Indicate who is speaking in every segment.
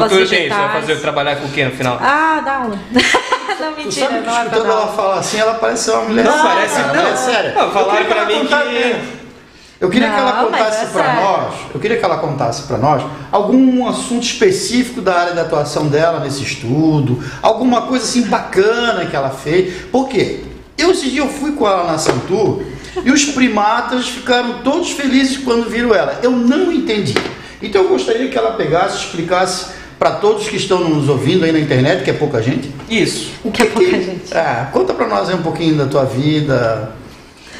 Speaker 1: Futuro tem isso,
Speaker 2: digitais.
Speaker 1: vai fazer eu trabalhar com o quê no final?
Speaker 2: Ah, dá aula. não,
Speaker 3: Tu
Speaker 2: mentira,
Speaker 3: sabe que
Speaker 2: não
Speaker 1: tá
Speaker 2: é pra
Speaker 3: escutando
Speaker 2: dar
Speaker 3: ela
Speaker 2: aula.
Speaker 3: falar assim, ela parece ser uma mulher.
Speaker 1: Não,
Speaker 3: séria,
Speaker 1: parece
Speaker 3: cara,
Speaker 1: não.
Speaker 3: ela é séria.
Speaker 1: Não, falaram
Speaker 3: Eu queria que
Speaker 1: pra
Speaker 3: ela
Speaker 1: mim que-
Speaker 3: contasse- Eu queria que ela
Speaker 2: Não, mas
Speaker 3: contasse
Speaker 2: é
Speaker 3: pra
Speaker 2: sério.
Speaker 3: nós, eu queria que ela contasse pra nós algum assunto específico da área da atuação dela nesse estudo, alguma coisa assim bacana que ela fez. Por quê? Eu esse dia eu fui com ela na Santur e os primatas ficaram todos felizes quando viram ela. Eu não entendi. Então eu gostaria que ela pegasse, explicasse pra todos que estão nos ouvindo aí na internet, que é pouca gente,
Speaker 1: Isso.
Speaker 3: o
Speaker 2: Que é pouca gente.
Speaker 3: Ah, conta pra nós aí um pouquinho da tua vida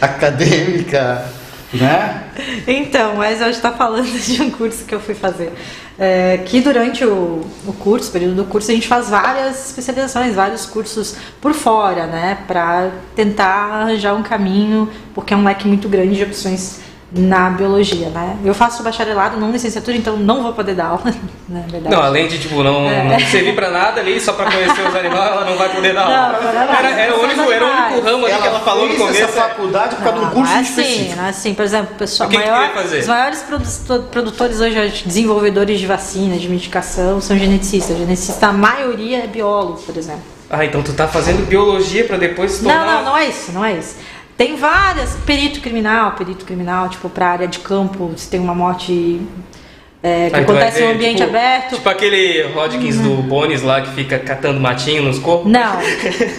Speaker 3: acadêmica, né?
Speaker 2: Então, mas a gente tá falando de um curso que eu fui fazer. É, que durante o, o curso, o período do curso, a gente faz várias especializações, vários cursos por fora, né? Pra tentar arranjar um caminho, porque é um leque muito grande de opções na biologia, né? Eu faço bacharelado, não licenciatura, então não vou poder dar aula, na verdade.
Speaker 1: Não, além de, tipo, não,
Speaker 2: É.
Speaker 1: não servir pra nada ali, só pra conhecer os animais, ela não vai poder dar aula.
Speaker 2: Não, ela vai.
Speaker 1: era, era, o único, era o único ramo ali é que ela falou no
Speaker 3: fez
Speaker 1: começo. é.
Speaker 3: essa faculdade por causa de um
Speaker 2: Não,
Speaker 3: curso
Speaker 2: não é assim,
Speaker 3: específico.
Speaker 2: não é assim. Por exemplo, o pessoal
Speaker 1: O que que tu
Speaker 2: maior-
Speaker 1: queria fazer?
Speaker 2: os maiores produ- produtores hoje, os desenvolvedores de vacina, de medicação, são geneticistas. Geneticista, a maioria é biólogo, por exemplo.
Speaker 1: Ah, então tu tá fazendo biologia pra depois se
Speaker 2: Não,
Speaker 1: tornar...
Speaker 2: não, não é isso, não é isso. Tem várias, perito criminal, perito criminal, tipo, pra área de campo, se tem uma morte é, que
Speaker 1: Aí tu vai
Speaker 2: acontece em um
Speaker 1: ver,
Speaker 2: ambiente
Speaker 1: tipo-
Speaker 2: aberto. Uhum.
Speaker 1: Tipo aquele Rodkins do Bones lá que fica catando matinho nos corpos.
Speaker 2: Não,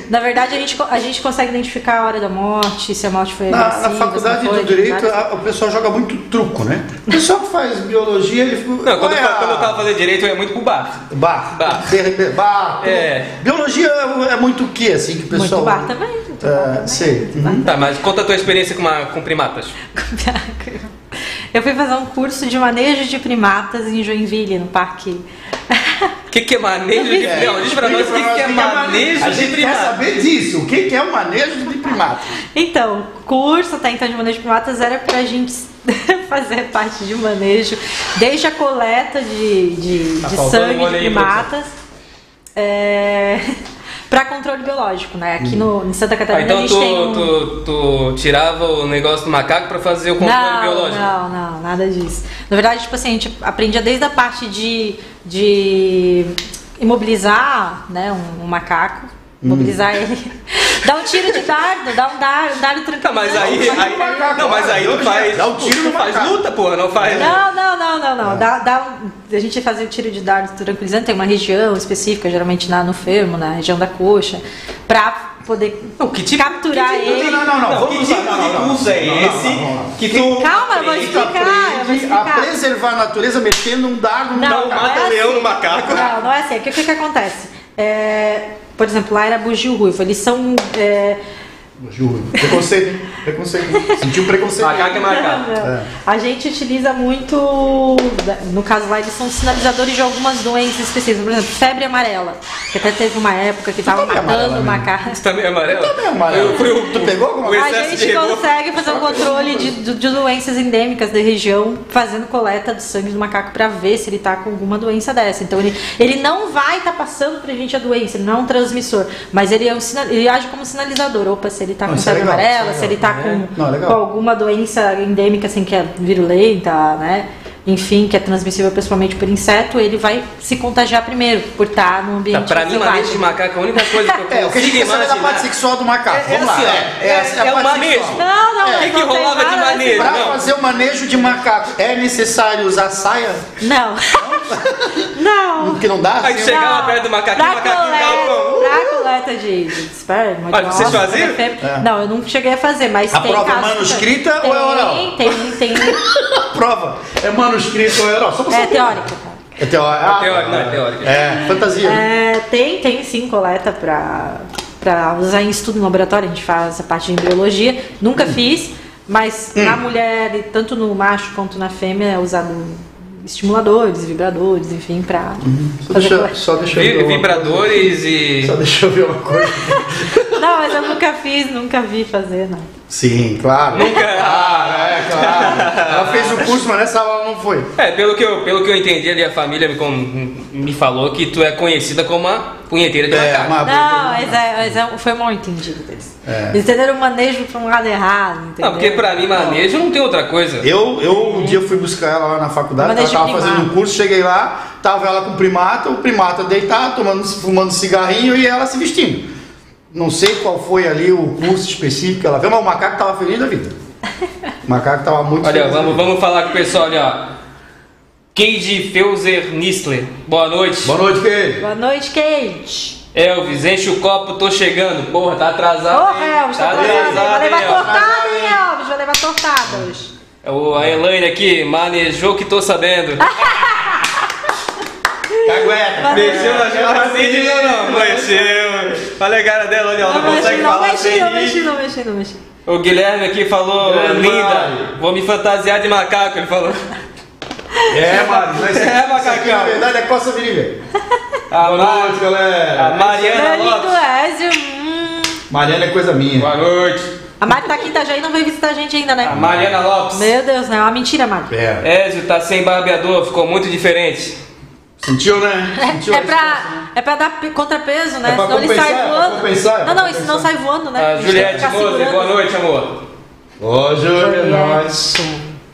Speaker 2: na verdade a gente, co- a gente consegue identificar a hora da morte, se a morte foi
Speaker 3: Na,
Speaker 2: agressiva,
Speaker 3: na
Speaker 2: se não
Speaker 3: faculdade
Speaker 2: foi,
Speaker 3: do direito,
Speaker 2: várias-
Speaker 3: a- o pessoal joga muito truco, né? O pessoal que faz biologia, ele fica.
Speaker 1: Não, quando,
Speaker 3: Olha
Speaker 1: eu, fa- quando eu tava
Speaker 3: a-
Speaker 1: fazendo direito, eu ia muito pro bar.
Speaker 3: Bar.
Speaker 1: Bar.
Speaker 3: Bar. bar
Speaker 1: É.
Speaker 3: Biologia é muito o que, assim, que o pessoal.
Speaker 2: Muito bar também. Muito bar
Speaker 3: É,
Speaker 2: também.
Speaker 3: sei.
Speaker 2: muito bar.
Speaker 1: Tá, mas conta a tua experiência com, uma- com primatas.
Speaker 2: Eu fui fazer um curso de manejo de primatas em Joinville, no parque.
Speaker 1: O que, que é manejo de
Speaker 3: É,
Speaker 1: Não, diz pra
Speaker 3: explica
Speaker 1: nós o que, que é manejo
Speaker 3: A
Speaker 1: de
Speaker 3: gente quer
Speaker 1: primatas.
Speaker 3: saber disso. O que que é o manejo de primatas?
Speaker 2: Então, o curso até então de manejo de primatas era pra gente fazer parte de manejo, desde a coleta de, de,
Speaker 1: Tá
Speaker 2: de
Speaker 1: faltando
Speaker 2: sangue
Speaker 1: um
Speaker 2: de
Speaker 1: olho aí,
Speaker 2: primatas. É... Para controle biológico, né? Aqui no, em Santa
Speaker 1: Ah,
Speaker 2: Catarina a
Speaker 1: então
Speaker 2: gente
Speaker 1: tu,
Speaker 2: tem. um-
Speaker 1: tu, tu tirava o negócio do macaco pra fazer o controle
Speaker 2: não,
Speaker 1: biológico.
Speaker 2: Não, não, nada disso. Na verdade, tipo assim, a gente aprendia desde a parte de, de imobilizar né, um, um macaco,
Speaker 1: Hum.
Speaker 2: imobilizar ele, dar um tiro de dardo, dar um dardo, um dardo tranquilo.
Speaker 1: Tá, mas aí,
Speaker 3: Não,
Speaker 1: aí-
Speaker 3: macaco,
Speaker 1: não, mas aí
Speaker 3: olha,
Speaker 1: não faz,
Speaker 3: dá um tiro no
Speaker 1: não faz
Speaker 3: macaco.
Speaker 1: luta, porra, não faz.
Speaker 2: Não, não, não, não,
Speaker 1: É.
Speaker 2: não. Dá, dá um- a gente fazia o tiro de dardo tranquilizante, tem uma região específica, geralmente na, no fermo, na região da coxa, pra poder
Speaker 1: Não, que tipo-
Speaker 2: capturar
Speaker 1: que tipo de-
Speaker 2: ele.
Speaker 3: Não, não, não.
Speaker 1: que
Speaker 3: Vamos lá,
Speaker 1: tipo
Speaker 3: não,
Speaker 1: de
Speaker 3: não,
Speaker 1: uso é
Speaker 3: não, não, não,
Speaker 1: esse
Speaker 3: não, não, não.
Speaker 1: que tu
Speaker 2: Calma, eu vou
Speaker 1: aprende
Speaker 2: explicar, eu vou
Speaker 3: aprende a
Speaker 2: explicar.
Speaker 3: preservar a natureza metendo um dardo no
Speaker 1: Não,
Speaker 3: macaco.
Speaker 1: mata leão no macaco.
Speaker 2: é assim. Não, não é assim. O que, o que, que acontece? É, por exemplo, lá era bugio ruivo. Eles são. é,
Speaker 3: Juro. Preconceito. Preconceito. Sentiu preconceito.
Speaker 1: Macaco é macaco.
Speaker 3: É.
Speaker 2: A gente utiliza muito. No caso lá, eles são sinalizadores de algumas doenças específicas. Por exemplo, febre amarela. Que até teve uma época que tava
Speaker 3: também é amarela,
Speaker 2: matando
Speaker 3: né?
Speaker 2: macaco.
Speaker 1: Isso também é amarelo?
Speaker 3: Também é amarelo.
Speaker 1: Eu- foi o-
Speaker 3: Tu pegou alguma
Speaker 1: o
Speaker 3: coisa?
Speaker 2: A
Speaker 1: excesso de
Speaker 2: gente
Speaker 1: revolta.
Speaker 2: consegue fazer um controle de, de- de doenças endêmicas da região, fazendo coleta do sangue do macaco pra ver se ele tá com alguma doença dessa. Então ele, ele não vai estar tá passando pra gente a doença, ele não é um transmissor, mas ele, é um sina- ele age como sinalizador. Opa, se ele tá
Speaker 3: Não,
Speaker 2: com
Speaker 3: isso é
Speaker 2: febre
Speaker 3: legal,
Speaker 2: amarela,
Speaker 3: isso é
Speaker 2: se ele tá
Speaker 3: legal, né?
Speaker 2: com,
Speaker 3: Não, é legal.
Speaker 2: com alguma doença endêmica assim que é virulenta, né? Enfim, que é transmissível principalmente por inseto, ele vai se contagiar primeiro, por estar no
Speaker 1: Tá,
Speaker 2: ambiente
Speaker 1: pra mim, manejo de
Speaker 2: selvagem.
Speaker 1: macaco é a única coisa que eu
Speaker 3: É, o que a gente
Speaker 1: consigo
Speaker 3: quer saber é da
Speaker 1: imaginar.
Speaker 3: parte sexual do macaco.
Speaker 1: É, é
Speaker 3: Vamos lá.
Speaker 1: assim, ó.
Speaker 3: essa
Speaker 1: É
Speaker 3: a
Speaker 1: o
Speaker 3: parte
Speaker 1: manejo.
Speaker 3: sexual.
Speaker 2: Não, não,
Speaker 1: É.
Speaker 2: não
Speaker 1: Que que
Speaker 2: tem
Speaker 1: rolava de
Speaker 2: nada desse-
Speaker 1: maneiro?
Speaker 3: Pra
Speaker 1: Não.
Speaker 3: fazer o manejo de macaco, é necessário usar saia?
Speaker 2: Não. Não.
Speaker 3: Porque não dá?
Speaker 1: Aí
Speaker 3: assim,
Speaker 1: chega- Chegava
Speaker 2: Não,
Speaker 1: perto do macaquinho,
Speaker 2: pra
Speaker 1: macaquinho
Speaker 2: coleta-
Speaker 1: calma.
Speaker 2: Pra coleta de, de esperma.
Speaker 1: Uh! Olha,
Speaker 2: de
Speaker 1: vocês
Speaker 2: ovos,
Speaker 1: faziam?
Speaker 2: de fêmea.
Speaker 3: É.
Speaker 2: Não, eu não cheguei a fazer, mas
Speaker 3: A
Speaker 2: tem
Speaker 3: prova é
Speaker 2: casos que-
Speaker 3: manuscrita
Speaker 2: tem,
Speaker 3: ou é oral?
Speaker 2: Tem, tem,
Speaker 3: Prova. É manuscrito ou é oral? Só pra
Speaker 2: é
Speaker 3: saber.
Speaker 2: teórica.
Speaker 3: É teórico. Ah,
Speaker 1: É teórico, não, é teórico.
Speaker 3: É, fantasia.
Speaker 2: É, tem, tem sim coleta pra, pra usar em estudo no laboratório, a gente faz a parte de embriologia. Nunca
Speaker 3: Hum.
Speaker 2: fiz, mas na mulher, e tanto no macho quanto na fêmea, é usado estimuladores, vibradores, enfim, pra fazer
Speaker 3: Só Uhum. deixa,
Speaker 2: coleta.
Speaker 3: só deixa eu ver
Speaker 1: Vi-
Speaker 3: uma
Speaker 1: Vibradores e...
Speaker 3: coisa. Só deixa eu ver uma coisa.
Speaker 2: Não, mas eu nunca fiz, nunca vi fazer, não.
Speaker 3: Sim, claro.
Speaker 1: Nunca.
Speaker 3: Claro, é claro. Ela fez o curso, mas nessa aula ela não foi.
Speaker 1: É, pelo que eu, pelo que eu entendi ali, a família me, com- me falou que tu é conhecida como a punheteira de
Speaker 3: É,
Speaker 1: macaco.
Speaker 3: uma
Speaker 2: Não, mas, é, mas é- foi mal entendido deles.
Speaker 3: É.
Speaker 2: Eles entenderam o manejo pra um lado errado, entendeu?
Speaker 1: Não, porque pra mim manejo não tem outra coisa.
Speaker 3: Eu, eu um dia fui buscar ela lá na faculdade,
Speaker 2: Mas é
Speaker 3: ela
Speaker 2: deixa eu
Speaker 3: tava fazendo um
Speaker 2: primar.
Speaker 3: curso, cheguei lá, tava ela com o primata, o primata deitado, tomando, fumando cigarrinho e ela se vestindo. Não sei qual foi ali o curso específico que ela fez, mas o macaco tava feliz da vida. O macaco tava muito
Speaker 1: Olha,
Speaker 3: feliz. da
Speaker 1: vamos,
Speaker 3: vida.
Speaker 1: vamos falar com o pessoal ali, ó. Keide Feuser Nistler, boa noite.
Speaker 3: Boa noite, querido.
Speaker 2: Boa noite, Kate.
Speaker 1: Elvis, enche o copo, tô chegando. Porra, tá
Speaker 2: Ô,
Speaker 1: atrasado. hein?
Speaker 2: Helvis, tá atrasado. Vai
Speaker 1: hein,
Speaker 2: levar
Speaker 1: ó. É
Speaker 2: tortada, hein, Helvis? Vai levar tortada hoje.
Speaker 1: O- A Elaine aqui, manejou que tô sabendo.
Speaker 3: Cagueta.
Speaker 1: Tá Mexeu na churrasquinha, não, não. Mexeu. Olha a cara dela, olha, ela não consegue
Speaker 2: Ah, não
Speaker 1: falar
Speaker 2: mexi,
Speaker 1: sem
Speaker 2: não
Speaker 1: rir.
Speaker 2: mexi, não mexi, não mexi.
Speaker 1: O Guilherme aqui falou,
Speaker 3: Grande
Speaker 1: linda,
Speaker 3: Mário.
Speaker 1: vou me fantasiar de macaco, ele falou.
Speaker 3: É, Mário. mas isso-
Speaker 1: É,
Speaker 3: isso aqui,
Speaker 1: macacão.
Speaker 3: Na verdade, é coça virilha.
Speaker 1: A, Mar- a
Speaker 3: galera.
Speaker 1: Mariana
Speaker 2: Danilo
Speaker 1: Lopes.
Speaker 2: Ezio. hum.
Speaker 3: Mariana é coisa minha.
Speaker 1: Boa noite.
Speaker 2: A Mari tá aqui, tá já e não veio visitar a gente ainda, né?
Speaker 1: A Mariana Lopes.
Speaker 2: Meu Deus, né? É uma mentira, Mari.
Speaker 3: É.
Speaker 1: Ézio tá sem barbeador, ficou muito diferente.
Speaker 3: Sentiu, né? Sentiu
Speaker 2: É
Speaker 3: a
Speaker 2: pra, é pra dar pe- contrapeso, né?
Speaker 3: É pra
Speaker 2: Senão ele
Speaker 3: compensar,
Speaker 2: sai
Speaker 3: é pra
Speaker 2: voando.
Speaker 3: compensar, é pra
Speaker 2: não, não, isso não
Speaker 3: compensar.
Speaker 2: sai voando, né?
Speaker 1: A
Speaker 2: gente tem que
Speaker 1: Juliette
Speaker 2: ficar
Speaker 1: Moser,
Speaker 2: segurando.
Speaker 1: boa noite, amor.
Speaker 3: Ô,
Speaker 1: é
Speaker 3: é Júlia, nós.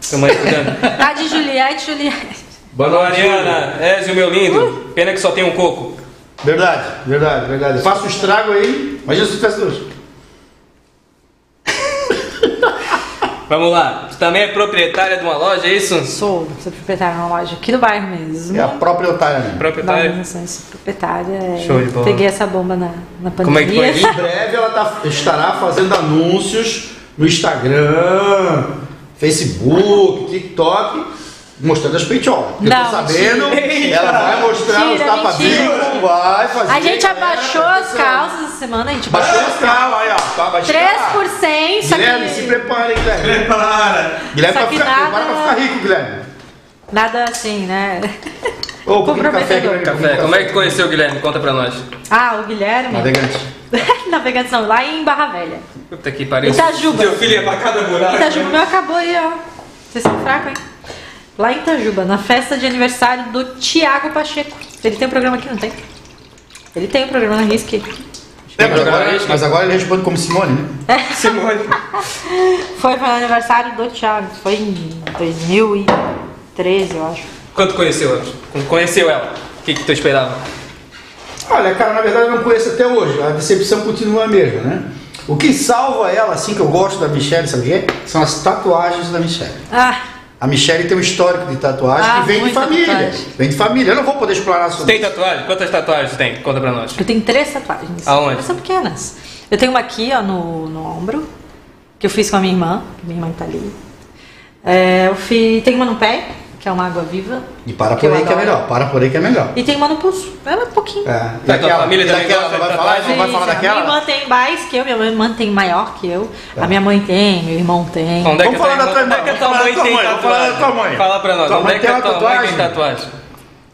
Speaker 1: Tamo aí cuidando.
Speaker 2: Tá de Juliette, Juliette.
Speaker 3: Boa
Speaker 1: Mariana, Ézio, meu
Speaker 2: Uh!
Speaker 1: lindo, pena que só tem um coco.
Speaker 3: Verdade, verdade, verdade. Faça o estrago aí. Imagina se tivesse dois.
Speaker 1: Vamos lá, tu também é proprietária de uma loja, é isso?
Speaker 2: Sou, sou proprietária de uma loja aqui do bairro mesmo.
Speaker 3: É a própria otária. Né?
Speaker 2: Da
Speaker 1: Proprietária.
Speaker 2: organização, sou proprietária. é,
Speaker 1: Show de bola.
Speaker 2: Peguei essa bomba na, na pandemia.
Speaker 1: Como é que foi isso?
Speaker 3: Em breve ela tá- estará fazendo anúncios no Instagram, Facebook, TikTok, mostrando as peitolas. Eu
Speaker 2: Não,
Speaker 3: tô sabendo,
Speaker 1: mentira.
Speaker 3: ela vai mostrar
Speaker 2: Mentira,
Speaker 3: os tapadinhos,
Speaker 2: mentira.
Speaker 3: vai fazer.
Speaker 2: A gente
Speaker 3: galera,
Speaker 2: abaixou
Speaker 3: tá
Speaker 2: as
Speaker 3: pensando.
Speaker 2: calças essa semana, a gente
Speaker 3: Baixou
Speaker 2: baixou
Speaker 3: as calças, aí ó. Tá, vai chegar.
Speaker 2: 3%. Só
Speaker 3: Guilherme, se
Speaker 2: que
Speaker 3: prepara, hein, Guilherme.
Speaker 1: Prepara.
Speaker 3: Guilherme
Speaker 2: Só
Speaker 3: vai
Speaker 2: que
Speaker 3: ficar,
Speaker 2: nada-
Speaker 3: prepara pra ficar rico, Guilherme.
Speaker 2: nada assim, né?
Speaker 3: Ô, um pouquinho de café,
Speaker 2: Comprometedor.
Speaker 3: Guilherme.
Speaker 1: Café, como é que tu conheceu o Guilherme? Conta pra nós.
Speaker 2: Ah, o Guilherme.
Speaker 3: Navegante.
Speaker 2: Navegante não, lá em Barra Velha.
Speaker 1: Puta que pariu.
Speaker 2: Itajuba.
Speaker 1: Teu filho é pra cada buraco.
Speaker 2: Itajuba, o
Speaker 1: né?
Speaker 2: meu acabou aí, ó. Vocês são fracos, hein? Lá em Itajuba, na festa de aniversário do Tiago Pacheco. Ele tem um programa aqui, não tem? Ele tem um programa na Risk.
Speaker 3: É, mas, agora, mas agora ele responde como Simone, né?
Speaker 1: Simone.
Speaker 2: É, Foi pro aniversário do Tiago. Foi em 2013, eu acho.
Speaker 1: Quanto conheceu ela? Como Conheceu ela? O que, que tu esperava?
Speaker 3: Olha, cara, na verdade eu não conheço até hoje. A decepção continua a mesma, né? O que salva ela, assim, que eu gosto da Michelle, sabe o quê? São as tatuagens da Michelle.
Speaker 2: Ah,
Speaker 3: A Michelle tem um histórico de tatuagem
Speaker 2: Ah,
Speaker 3: que vem de
Speaker 2: muita
Speaker 3: família.
Speaker 2: tatuagem.
Speaker 3: Vem de família. Eu não vou poder explorar sobre
Speaker 1: Tem tatuagem? Quantas tatuagens tem? Conta pra nós.
Speaker 2: eu tenho três tatuagens.
Speaker 1: Aonde?
Speaker 2: Elas são pequenas. Eu tenho uma aqui, ó, no, no ombro, que eu fiz com a minha irmã, que minha irmã tá ali. É, eu fiz, tem uma no pé, que é uma água viva.
Speaker 3: E para
Speaker 2: que
Speaker 3: por
Speaker 2: eu
Speaker 3: aí que é
Speaker 2: adoro.
Speaker 3: melhor. Para por aí que é melhor.
Speaker 2: E tem uma no pulso. Ela é pouquinho.
Speaker 3: É.
Speaker 1: tua Tá família
Speaker 3: e
Speaker 1: também
Speaker 3: daquela,
Speaker 1: gosta
Speaker 3: não vai
Speaker 1: de
Speaker 3: falar, não
Speaker 1: tatuagem?
Speaker 3: vai falar
Speaker 2: Sim, a Minha irmã
Speaker 3: daquela?
Speaker 2: tem mais que eu, minha irmã tem maior que eu, a minha mãe tem, meu irmão tem.
Speaker 1: Onde
Speaker 3: Vamos falar da tua irmã,
Speaker 1: Onde é que a tua
Speaker 3: vamos
Speaker 1: mãe
Speaker 3: falar
Speaker 1: tem
Speaker 3: da tua mãe, vamos falar da
Speaker 1: tatuagem?
Speaker 3: tua mãe.
Speaker 1: Fala pra nós.
Speaker 3: Tua
Speaker 1: onde
Speaker 3: mãe
Speaker 1: é que a
Speaker 3: tem uma
Speaker 1: tua mãe tem
Speaker 3: tatuagem?
Speaker 1: tatuagem?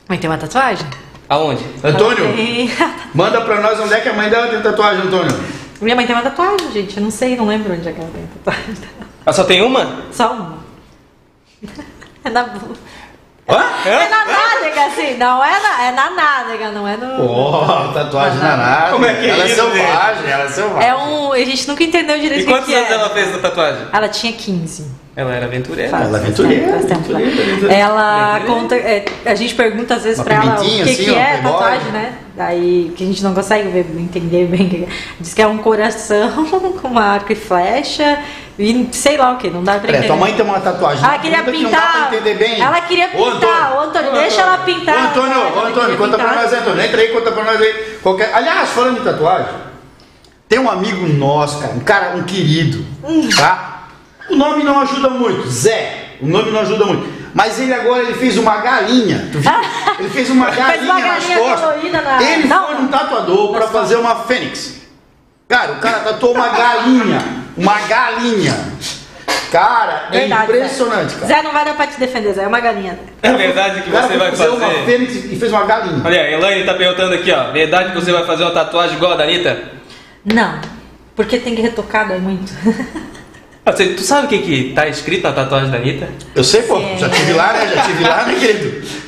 Speaker 2: Mãe tem uma tatuagem?
Speaker 1: Aonde?
Speaker 3: Antônio,
Speaker 2: Ela tem-
Speaker 3: manda pra nós onde é que a mãe dela tem tatuagem, Antônio.
Speaker 2: minha mãe tem uma tatuagem, gente. Eu não sei, não lembro onde é que ela tem a tatuagem. dela.
Speaker 1: Ela Ah, só tem uma?
Speaker 2: Só uma. É na bu-
Speaker 3: Hã?
Speaker 2: É na nádega, assim, não é na, é na nádega, não é no.
Speaker 3: Oh, tatuagem danada.
Speaker 1: Como é que é
Speaker 3: Ela é
Speaker 1: isso,
Speaker 3: selvagem, ela é selvagem.
Speaker 2: É um. A gente nunca entendeu direito
Speaker 1: E
Speaker 2: o que,
Speaker 1: quantos
Speaker 2: que
Speaker 1: anos
Speaker 2: é.
Speaker 1: ela fez da tatuagem?
Speaker 2: Ela tinha 15.
Speaker 1: Ela era aventureira.
Speaker 3: Ela é aventureira,
Speaker 2: Faz tempo, né? faz tempo.
Speaker 3: aventureira, aventureira.
Speaker 2: Ela conta. é, a gente pergunta às vezes
Speaker 3: Uma
Speaker 2: pra ela o que,
Speaker 3: pimentinha, assim,
Speaker 2: que
Speaker 3: ó,
Speaker 2: é
Speaker 3: playboy.
Speaker 2: tatuagem, né? Daí que a gente não consegue ver- entender bem. o que é. Diz que é um coração com uma arco e flecha e sei lá o que, não dá pra
Speaker 3: Peraí,
Speaker 2: entender.
Speaker 3: tua mãe tem uma tatuagem.
Speaker 2: Ela
Speaker 3: na
Speaker 2: queria
Speaker 3: bunda que
Speaker 2: pintar.
Speaker 3: Não dá pra entender bem.
Speaker 2: Ela queria pintar. Ô, Antônio, deixa ela pintar.
Speaker 3: Ô, Antônio,
Speaker 2: Ela
Speaker 3: ô, Antônio,
Speaker 2: queria
Speaker 3: conta pra
Speaker 2: pintar.
Speaker 3: nós aí, Antônio. Entra aí, conta pra nós aí. Qualquer... Aliás, falando de tatuagem, tem um amigo nosso, cara, um cara, um querido,
Speaker 2: Hum.
Speaker 3: tá? O nome não ajuda muito, Zé. O nome não ajuda muito. Mas ele agora ele fez uma galinha, tu viu? Ele fez uma galinha,
Speaker 2: Fez uma galinha
Speaker 3: nas costas.
Speaker 2: colorida na-
Speaker 3: Ele
Speaker 2: Não.
Speaker 3: foi num tatuador pra fazer uma fênix. Cara, o cara tatuou uma galinha. Uma galinha. Cara, é
Speaker 2: Verdade, Zé.
Speaker 3: impressionante, cara.
Speaker 2: Zé não vai dar pra te defender, Zé, é uma galinha. né?
Speaker 1: É verdade que
Speaker 3: O cara
Speaker 1: você
Speaker 3: foi
Speaker 1: vai
Speaker 3: fazer uma
Speaker 1: fazer.
Speaker 3: fênix e fez uma galinha.
Speaker 1: Olha, a Elaine tá perguntando aqui, ó. Verdade que você vai fazer uma tatuagem igual a da Anitta?
Speaker 2: Não, porque tem que retocar, dói muito.
Speaker 1: Ah, Você, tu sabe o que que tá escrito na tatuagem da Anitta?
Speaker 3: Eu sei, pô.
Speaker 2: Sim.
Speaker 3: Já tive lá, né? Já tive lá, né, querido?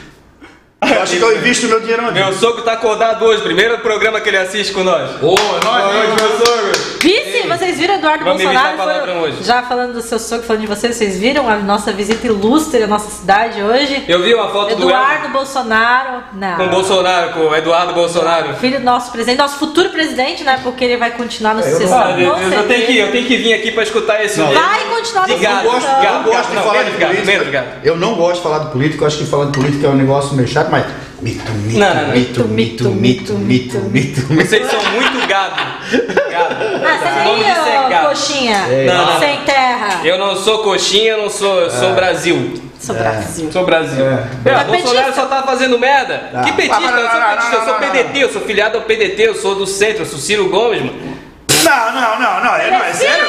Speaker 3: Eu acho que eu invisto meu dinheiro onde?
Speaker 1: Meu sogro tá acordado hoje, primeiro programa que ele assiste com nós.
Speaker 3: Ô, é nóis, né?
Speaker 1: meu sogro.
Speaker 2: Vice, vocês viram Eduardo
Speaker 1: Vamos evitar
Speaker 2: Bolsonaro? Foram-
Speaker 1: palavrão hoje.
Speaker 2: já falando do seu sogro, falando de vocês, vocês viram a nossa visita ilustre à nossa cidade hoje?
Speaker 1: Eu vi uma foto do Eduardo
Speaker 2: Eduardo Bolsonaro, não.
Speaker 1: com o Bolsonaro, com o Eduardo Bolsonaro.
Speaker 2: Filho do nosso presidente, nosso futuro presidente, né? Porque ele vai continuar na
Speaker 3: É, eu não-
Speaker 2: sucessão.
Speaker 1: Ah,
Speaker 2: com
Speaker 1: eu, eu- eu tenho
Speaker 2: certeza.
Speaker 1: que, eu tenho que vir aqui pra escutar esse.
Speaker 3: Não.
Speaker 2: Vai continuar na
Speaker 1: De gado,
Speaker 3: Eu gosto,
Speaker 2: sucessão.
Speaker 1: de gado.
Speaker 3: eu gosto de
Speaker 1: Não,
Speaker 3: falar
Speaker 1: menos
Speaker 3: de
Speaker 1: gado,
Speaker 3: política.
Speaker 1: menos gado.
Speaker 3: Eu não gosto de falar de política, eu acho que falar de política é um negócio meio chato, mas. Mito, mito,
Speaker 1: Não, não, não.
Speaker 3: mito, mito, mito, mito, mito, mito.
Speaker 1: Vocês são muito gado. Gado.
Speaker 2: Ah,
Speaker 1: O nome
Speaker 2: você
Speaker 1: disso
Speaker 2: nem,
Speaker 1: é
Speaker 2: ô,
Speaker 1: gado.
Speaker 2: coxinha.
Speaker 1: Não, não.
Speaker 2: Sem terra.
Speaker 1: Eu não sou coxinha, eu não sou, eu sou Brasil.
Speaker 2: Sou Brasil.
Speaker 1: É. Sou Brasil.
Speaker 3: É.
Speaker 1: É,
Speaker 2: Tá
Speaker 1: o Bolsonaro
Speaker 2: petista.
Speaker 1: só tá fazendo merda.
Speaker 3: Tá.
Speaker 1: Que petista?
Speaker 3: Ah, não,
Speaker 1: eu sou
Speaker 3: não,
Speaker 1: petista, eu sou
Speaker 3: não, não,
Speaker 1: PDT, eu sou filiado ao PDT, eu sou do centro, eu sou Ciro Gomes, mano.
Speaker 3: Não, não, não, não, é, não, é sério?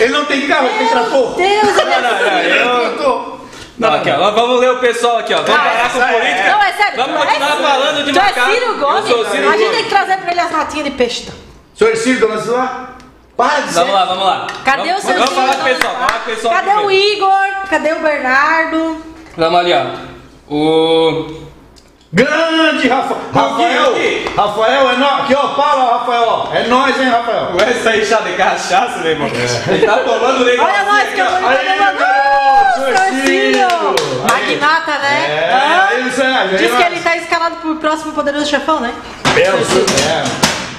Speaker 3: Ele não tem carro, ele tem trator.
Speaker 2: Deus, ele é
Speaker 1: Não, não, não, eu- Não, aqui, ó, nós vamos ler o pessoal aqui, ó.
Speaker 2: Ah,
Speaker 1: Vamos parar com
Speaker 3: essa é-
Speaker 1: política.
Speaker 2: Não, é sério.
Speaker 1: Vamos
Speaker 2: tu é
Speaker 1: continuar
Speaker 2: Ciro.
Speaker 1: falando de
Speaker 2: Tu
Speaker 1: macaco.
Speaker 2: é Ciro
Speaker 1: Eu
Speaker 2: Gomes?
Speaker 1: sou Ciro
Speaker 2: a gente
Speaker 1: Gomes.
Speaker 2: tem que trazer pra ele as latinhas de peixe. então.
Speaker 3: Senhor Ciro, dona Silva, para
Speaker 1: Vamos
Speaker 3: de ser.
Speaker 1: lá, vamos lá.
Speaker 2: Cadê
Speaker 1: vamos,
Speaker 2: o seu
Speaker 1: Vamos
Speaker 2: Ciro?
Speaker 1: falar com o pessoal, falar com o pessoal.
Speaker 2: Cadê
Speaker 1: primeiro.
Speaker 2: o Igor? Cadê o Bernardo?
Speaker 1: Vamos ali, ó. O.
Speaker 3: Grande Rafa... Rafael!
Speaker 1: Gui, Gui.
Speaker 3: Rafael, é nóis. Aqui, ó, para, ó, Rafael, ó. É nóis, hein, Rafael.
Speaker 1: Essa aí chá de cachaça, né, irmão? Ele tá tomando legal.
Speaker 2: Olha nós que eu vou
Speaker 3: Aí, garoto,
Speaker 2: Seu
Speaker 3: Ciro!
Speaker 2: Ciro! Magnata, né?
Speaker 3: É,
Speaker 2: Hã?
Speaker 3: aí, Sérgio, aí,
Speaker 2: Diz que
Speaker 3: nós.
Speaker 2: ele tá escalado pro próximo poderoso chefão, né?
Speaker 3: Meu Deus,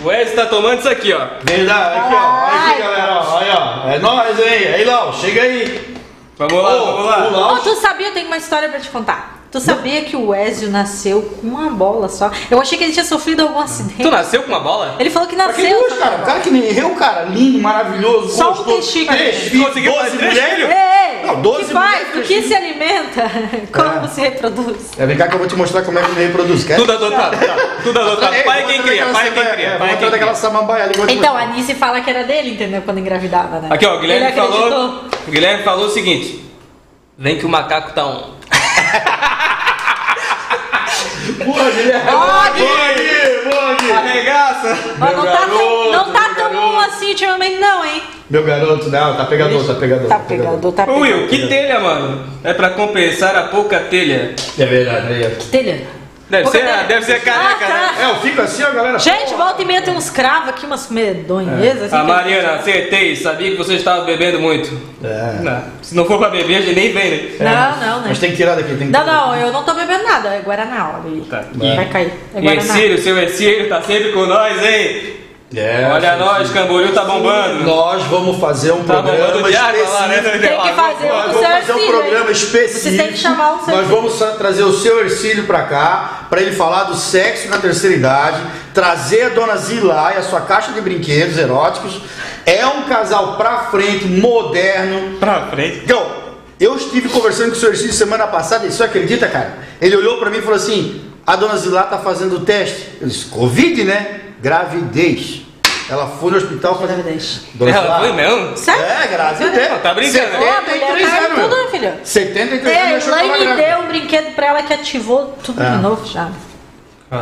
Speaker 1: O Wesley tá tomando isso aqui, ó.
Speaker 3: é. Verdade, É, aqui, ó. Olha
Speaker 2: Ai.
Speaker 3: aqui, galera, ó. Aí, ó. É nóis, hein. Aí, Lau, chega aí.
Speaker 1: Vamos lá, vamos lá.
Speaker 3: o
Speaker 2: Oh,
Speaker 3: Lau...
Speaker 2: tu sabia, eu tenho uma história pra te contar. Tu sabia que o Ezio nasceu com uma bola só? Eu achei que ele tinha sofrido algum
Speaker 1: Tu
Speaker 2: acidente.
Speaker 1: nasceu com uma bola?
Speaker 2: Ele falou que
Speaker 3: Pra que
Speaker 2: nasceu.
Speaker 3: duas, cara? O cara que nem eu, cara. Lindo, maravilhoso,
Speaker 2: Só um
Speaker 3: gostoso.
Speaker 2: testículo.
Speaker 3: Três
Speaker 2: Ele
Speaker 3: filhos,
Speaker 1: conseguiu fazer
Speaker 3: 12
Speaker 1: três
Speaker 3: mulheres.
Speaker 2: Ei, ei,
Speaker 3: Não, 12
Speaker 2: que faz?
Speaker 3: mulheres,
Speaker 2: Do
Speaker 3: três
Speaker 2: que
Speaker 3: filhos.
Speaker 2: se alimenta? Como se reproduz?
Speaker 3: É, vem cá que eu vou te mostrar como é que me reproduz, quer?
Speaker 1: Tudo adotado. Tudo adotado.
Speaker 3: Ei,
Speaker 1: Pai é
Speaker 3: vou
Speaker 1: quem
Speaker 3: botar
Speaker 1: cria,
Speaker 3: daquela
Speaker 1: pai é quem
Speaker 3: samambaia,
Speaker 1: cria.
Speaker 3: é,
Speaker 1: Pai é
Speaker 3: vou
Speaker 1: quem
Speaker 3: botar daquela
Speaker 1: cria.
Speaker 3: samambaia ali. vou te
Speaker 2: Então, a
Speaker 3: mostrar.
Speaker 2: Nice fala que era dele, entendeu? Quando engravidava, né?
Speaker 1: Aqui, ó, o Guilherme
Speaker 2: Ele acreditou.
Speaker 1: falou. O Guilherme falou o seguinte: Vem que o macaco tá on.
Speaker 3: Boa, Guilherme.
Speaker 2: Ó,
Speaker 3: Boa, Gui. Boa, Gui.
Speaker 1: Arregaça!
Speaker 2: Mas não
Speaker 3: Meu
Speaker 2: tá tão,
Speaker 3: garoto,
Speaker 2: não tá
Speaker 3: meu
Speaker 2: tão bom
Speaker 3: garoto.
Speaker 2: assim ultimamente, não, hein?
Speaker 3: Meu garoto, não, tá pegador, tá pegador.
Speaker 2: Tá pegador, tá
Speaker 1: Ô
Speaker 2: pegador.
Speaker 1: Will, que telha, mano? É pra compensar a pouca telha.
Speaker 3: É verdade, aí. ó.
Speaker 2: Telha.
Speaker 1: Deve
Speaker 2: Pouca
Speaker 1: ser,
Speaker 2: telha.
Speaker 1: deve ser careca,
Speaker 2: Ah, tá.
Speaker 1: né?
Speaker 3: É, eu fico assim, ó, galera.
Speaker 2: Gente, volta e meia tem uns cravos aqui, umas medonhezas. assim,
Speaker 1: A
Speaker 2: que-
Speaker 1: É. Ah, Mariana, acertei, sabia que você estava bebendo muito.
Speaker 3: É.
Speaker 1: Não, se não for pra beber, a gente nem vem, né?
Speaker 2: Não, não, não.
Speaker 3: Mas tem que tirar daqui, tem que
Speaker 2: Não, não, eu não tô bebendo nada. É Guaraná, olha aí.
Speaker 1: Tá.
Speaker 2: Vai cair. É
Speaker 1: E
Speaker 2: Guaraná.
Speaker 1: Ercílio, seu Ercílio, tá sempre com nós, hein?
Speaker 3: É,
Speaker 1: Olha
Speaker 3: gente.
Speaker 1: nós, Camboriú tá bombando.
Speaker 3: Nós vamos fazer um
Speaker 1: Tá bombando
Speaker 3: programa
Speaker 1: de água lá, né?
Speaker 3: específico.
Speaker 2: Tem que fazer
Speaker 3: Nós
Speaker 2: o
Speaker 3: vamos
Speaker 2: seu
Speaker 3: fazer um
Speaker 2: Ercílio,
Speaker 3: programa
Speaker 2: hein?
Speaker 3: específico.
Speaker 2: Vocês têm que chamar um o seu
Speaker 3: Nós vamos sa- trazer o seu Ercílio pra cá, pra ele falar do sexo na terceira idade, trazer a dona Zilai, a sua caixa de brinquedos eróticos. É um casal pra frente, moderno.
Speaker 1: Pra frente.
Speaker 3: Então, eu estive conversando com o seu Ercílio semana passada, e você acredita, cara? Ele olhou pra mim e falou assim: a dona Zilai tá fazendo o teste. Eu disse: Covid, né? Gravidez. Ela foi no hospital fazer.
Speaker 2: Gravidez.
Speaker 3: Dona
Speaker 1: Ela
Speaker 3: Zilá,
Speaker 1: foi mesmo?
Speaker 2: Sério?
Speaker 3: é, graças a Deus.
Speaker 1: Tá brincando, né?
Speaker 2: Ó, a mulher
Speaker 3: 73
Speaker 2: tá
Speaker 3: anos.
Speaker 2: tudo,
Speaker 3: meu.
Speaker 2: filho.
Speaker 3: 73
Speaker 2: É,
Speaker 3: anos. achou que tava
Speaker 2: Elaine
Speaker 3: grávida.
Speaker 2: deu um brinquedo pra ela que ativou tudo
Speaker 3: Ah.
Speaker 2: de novo já.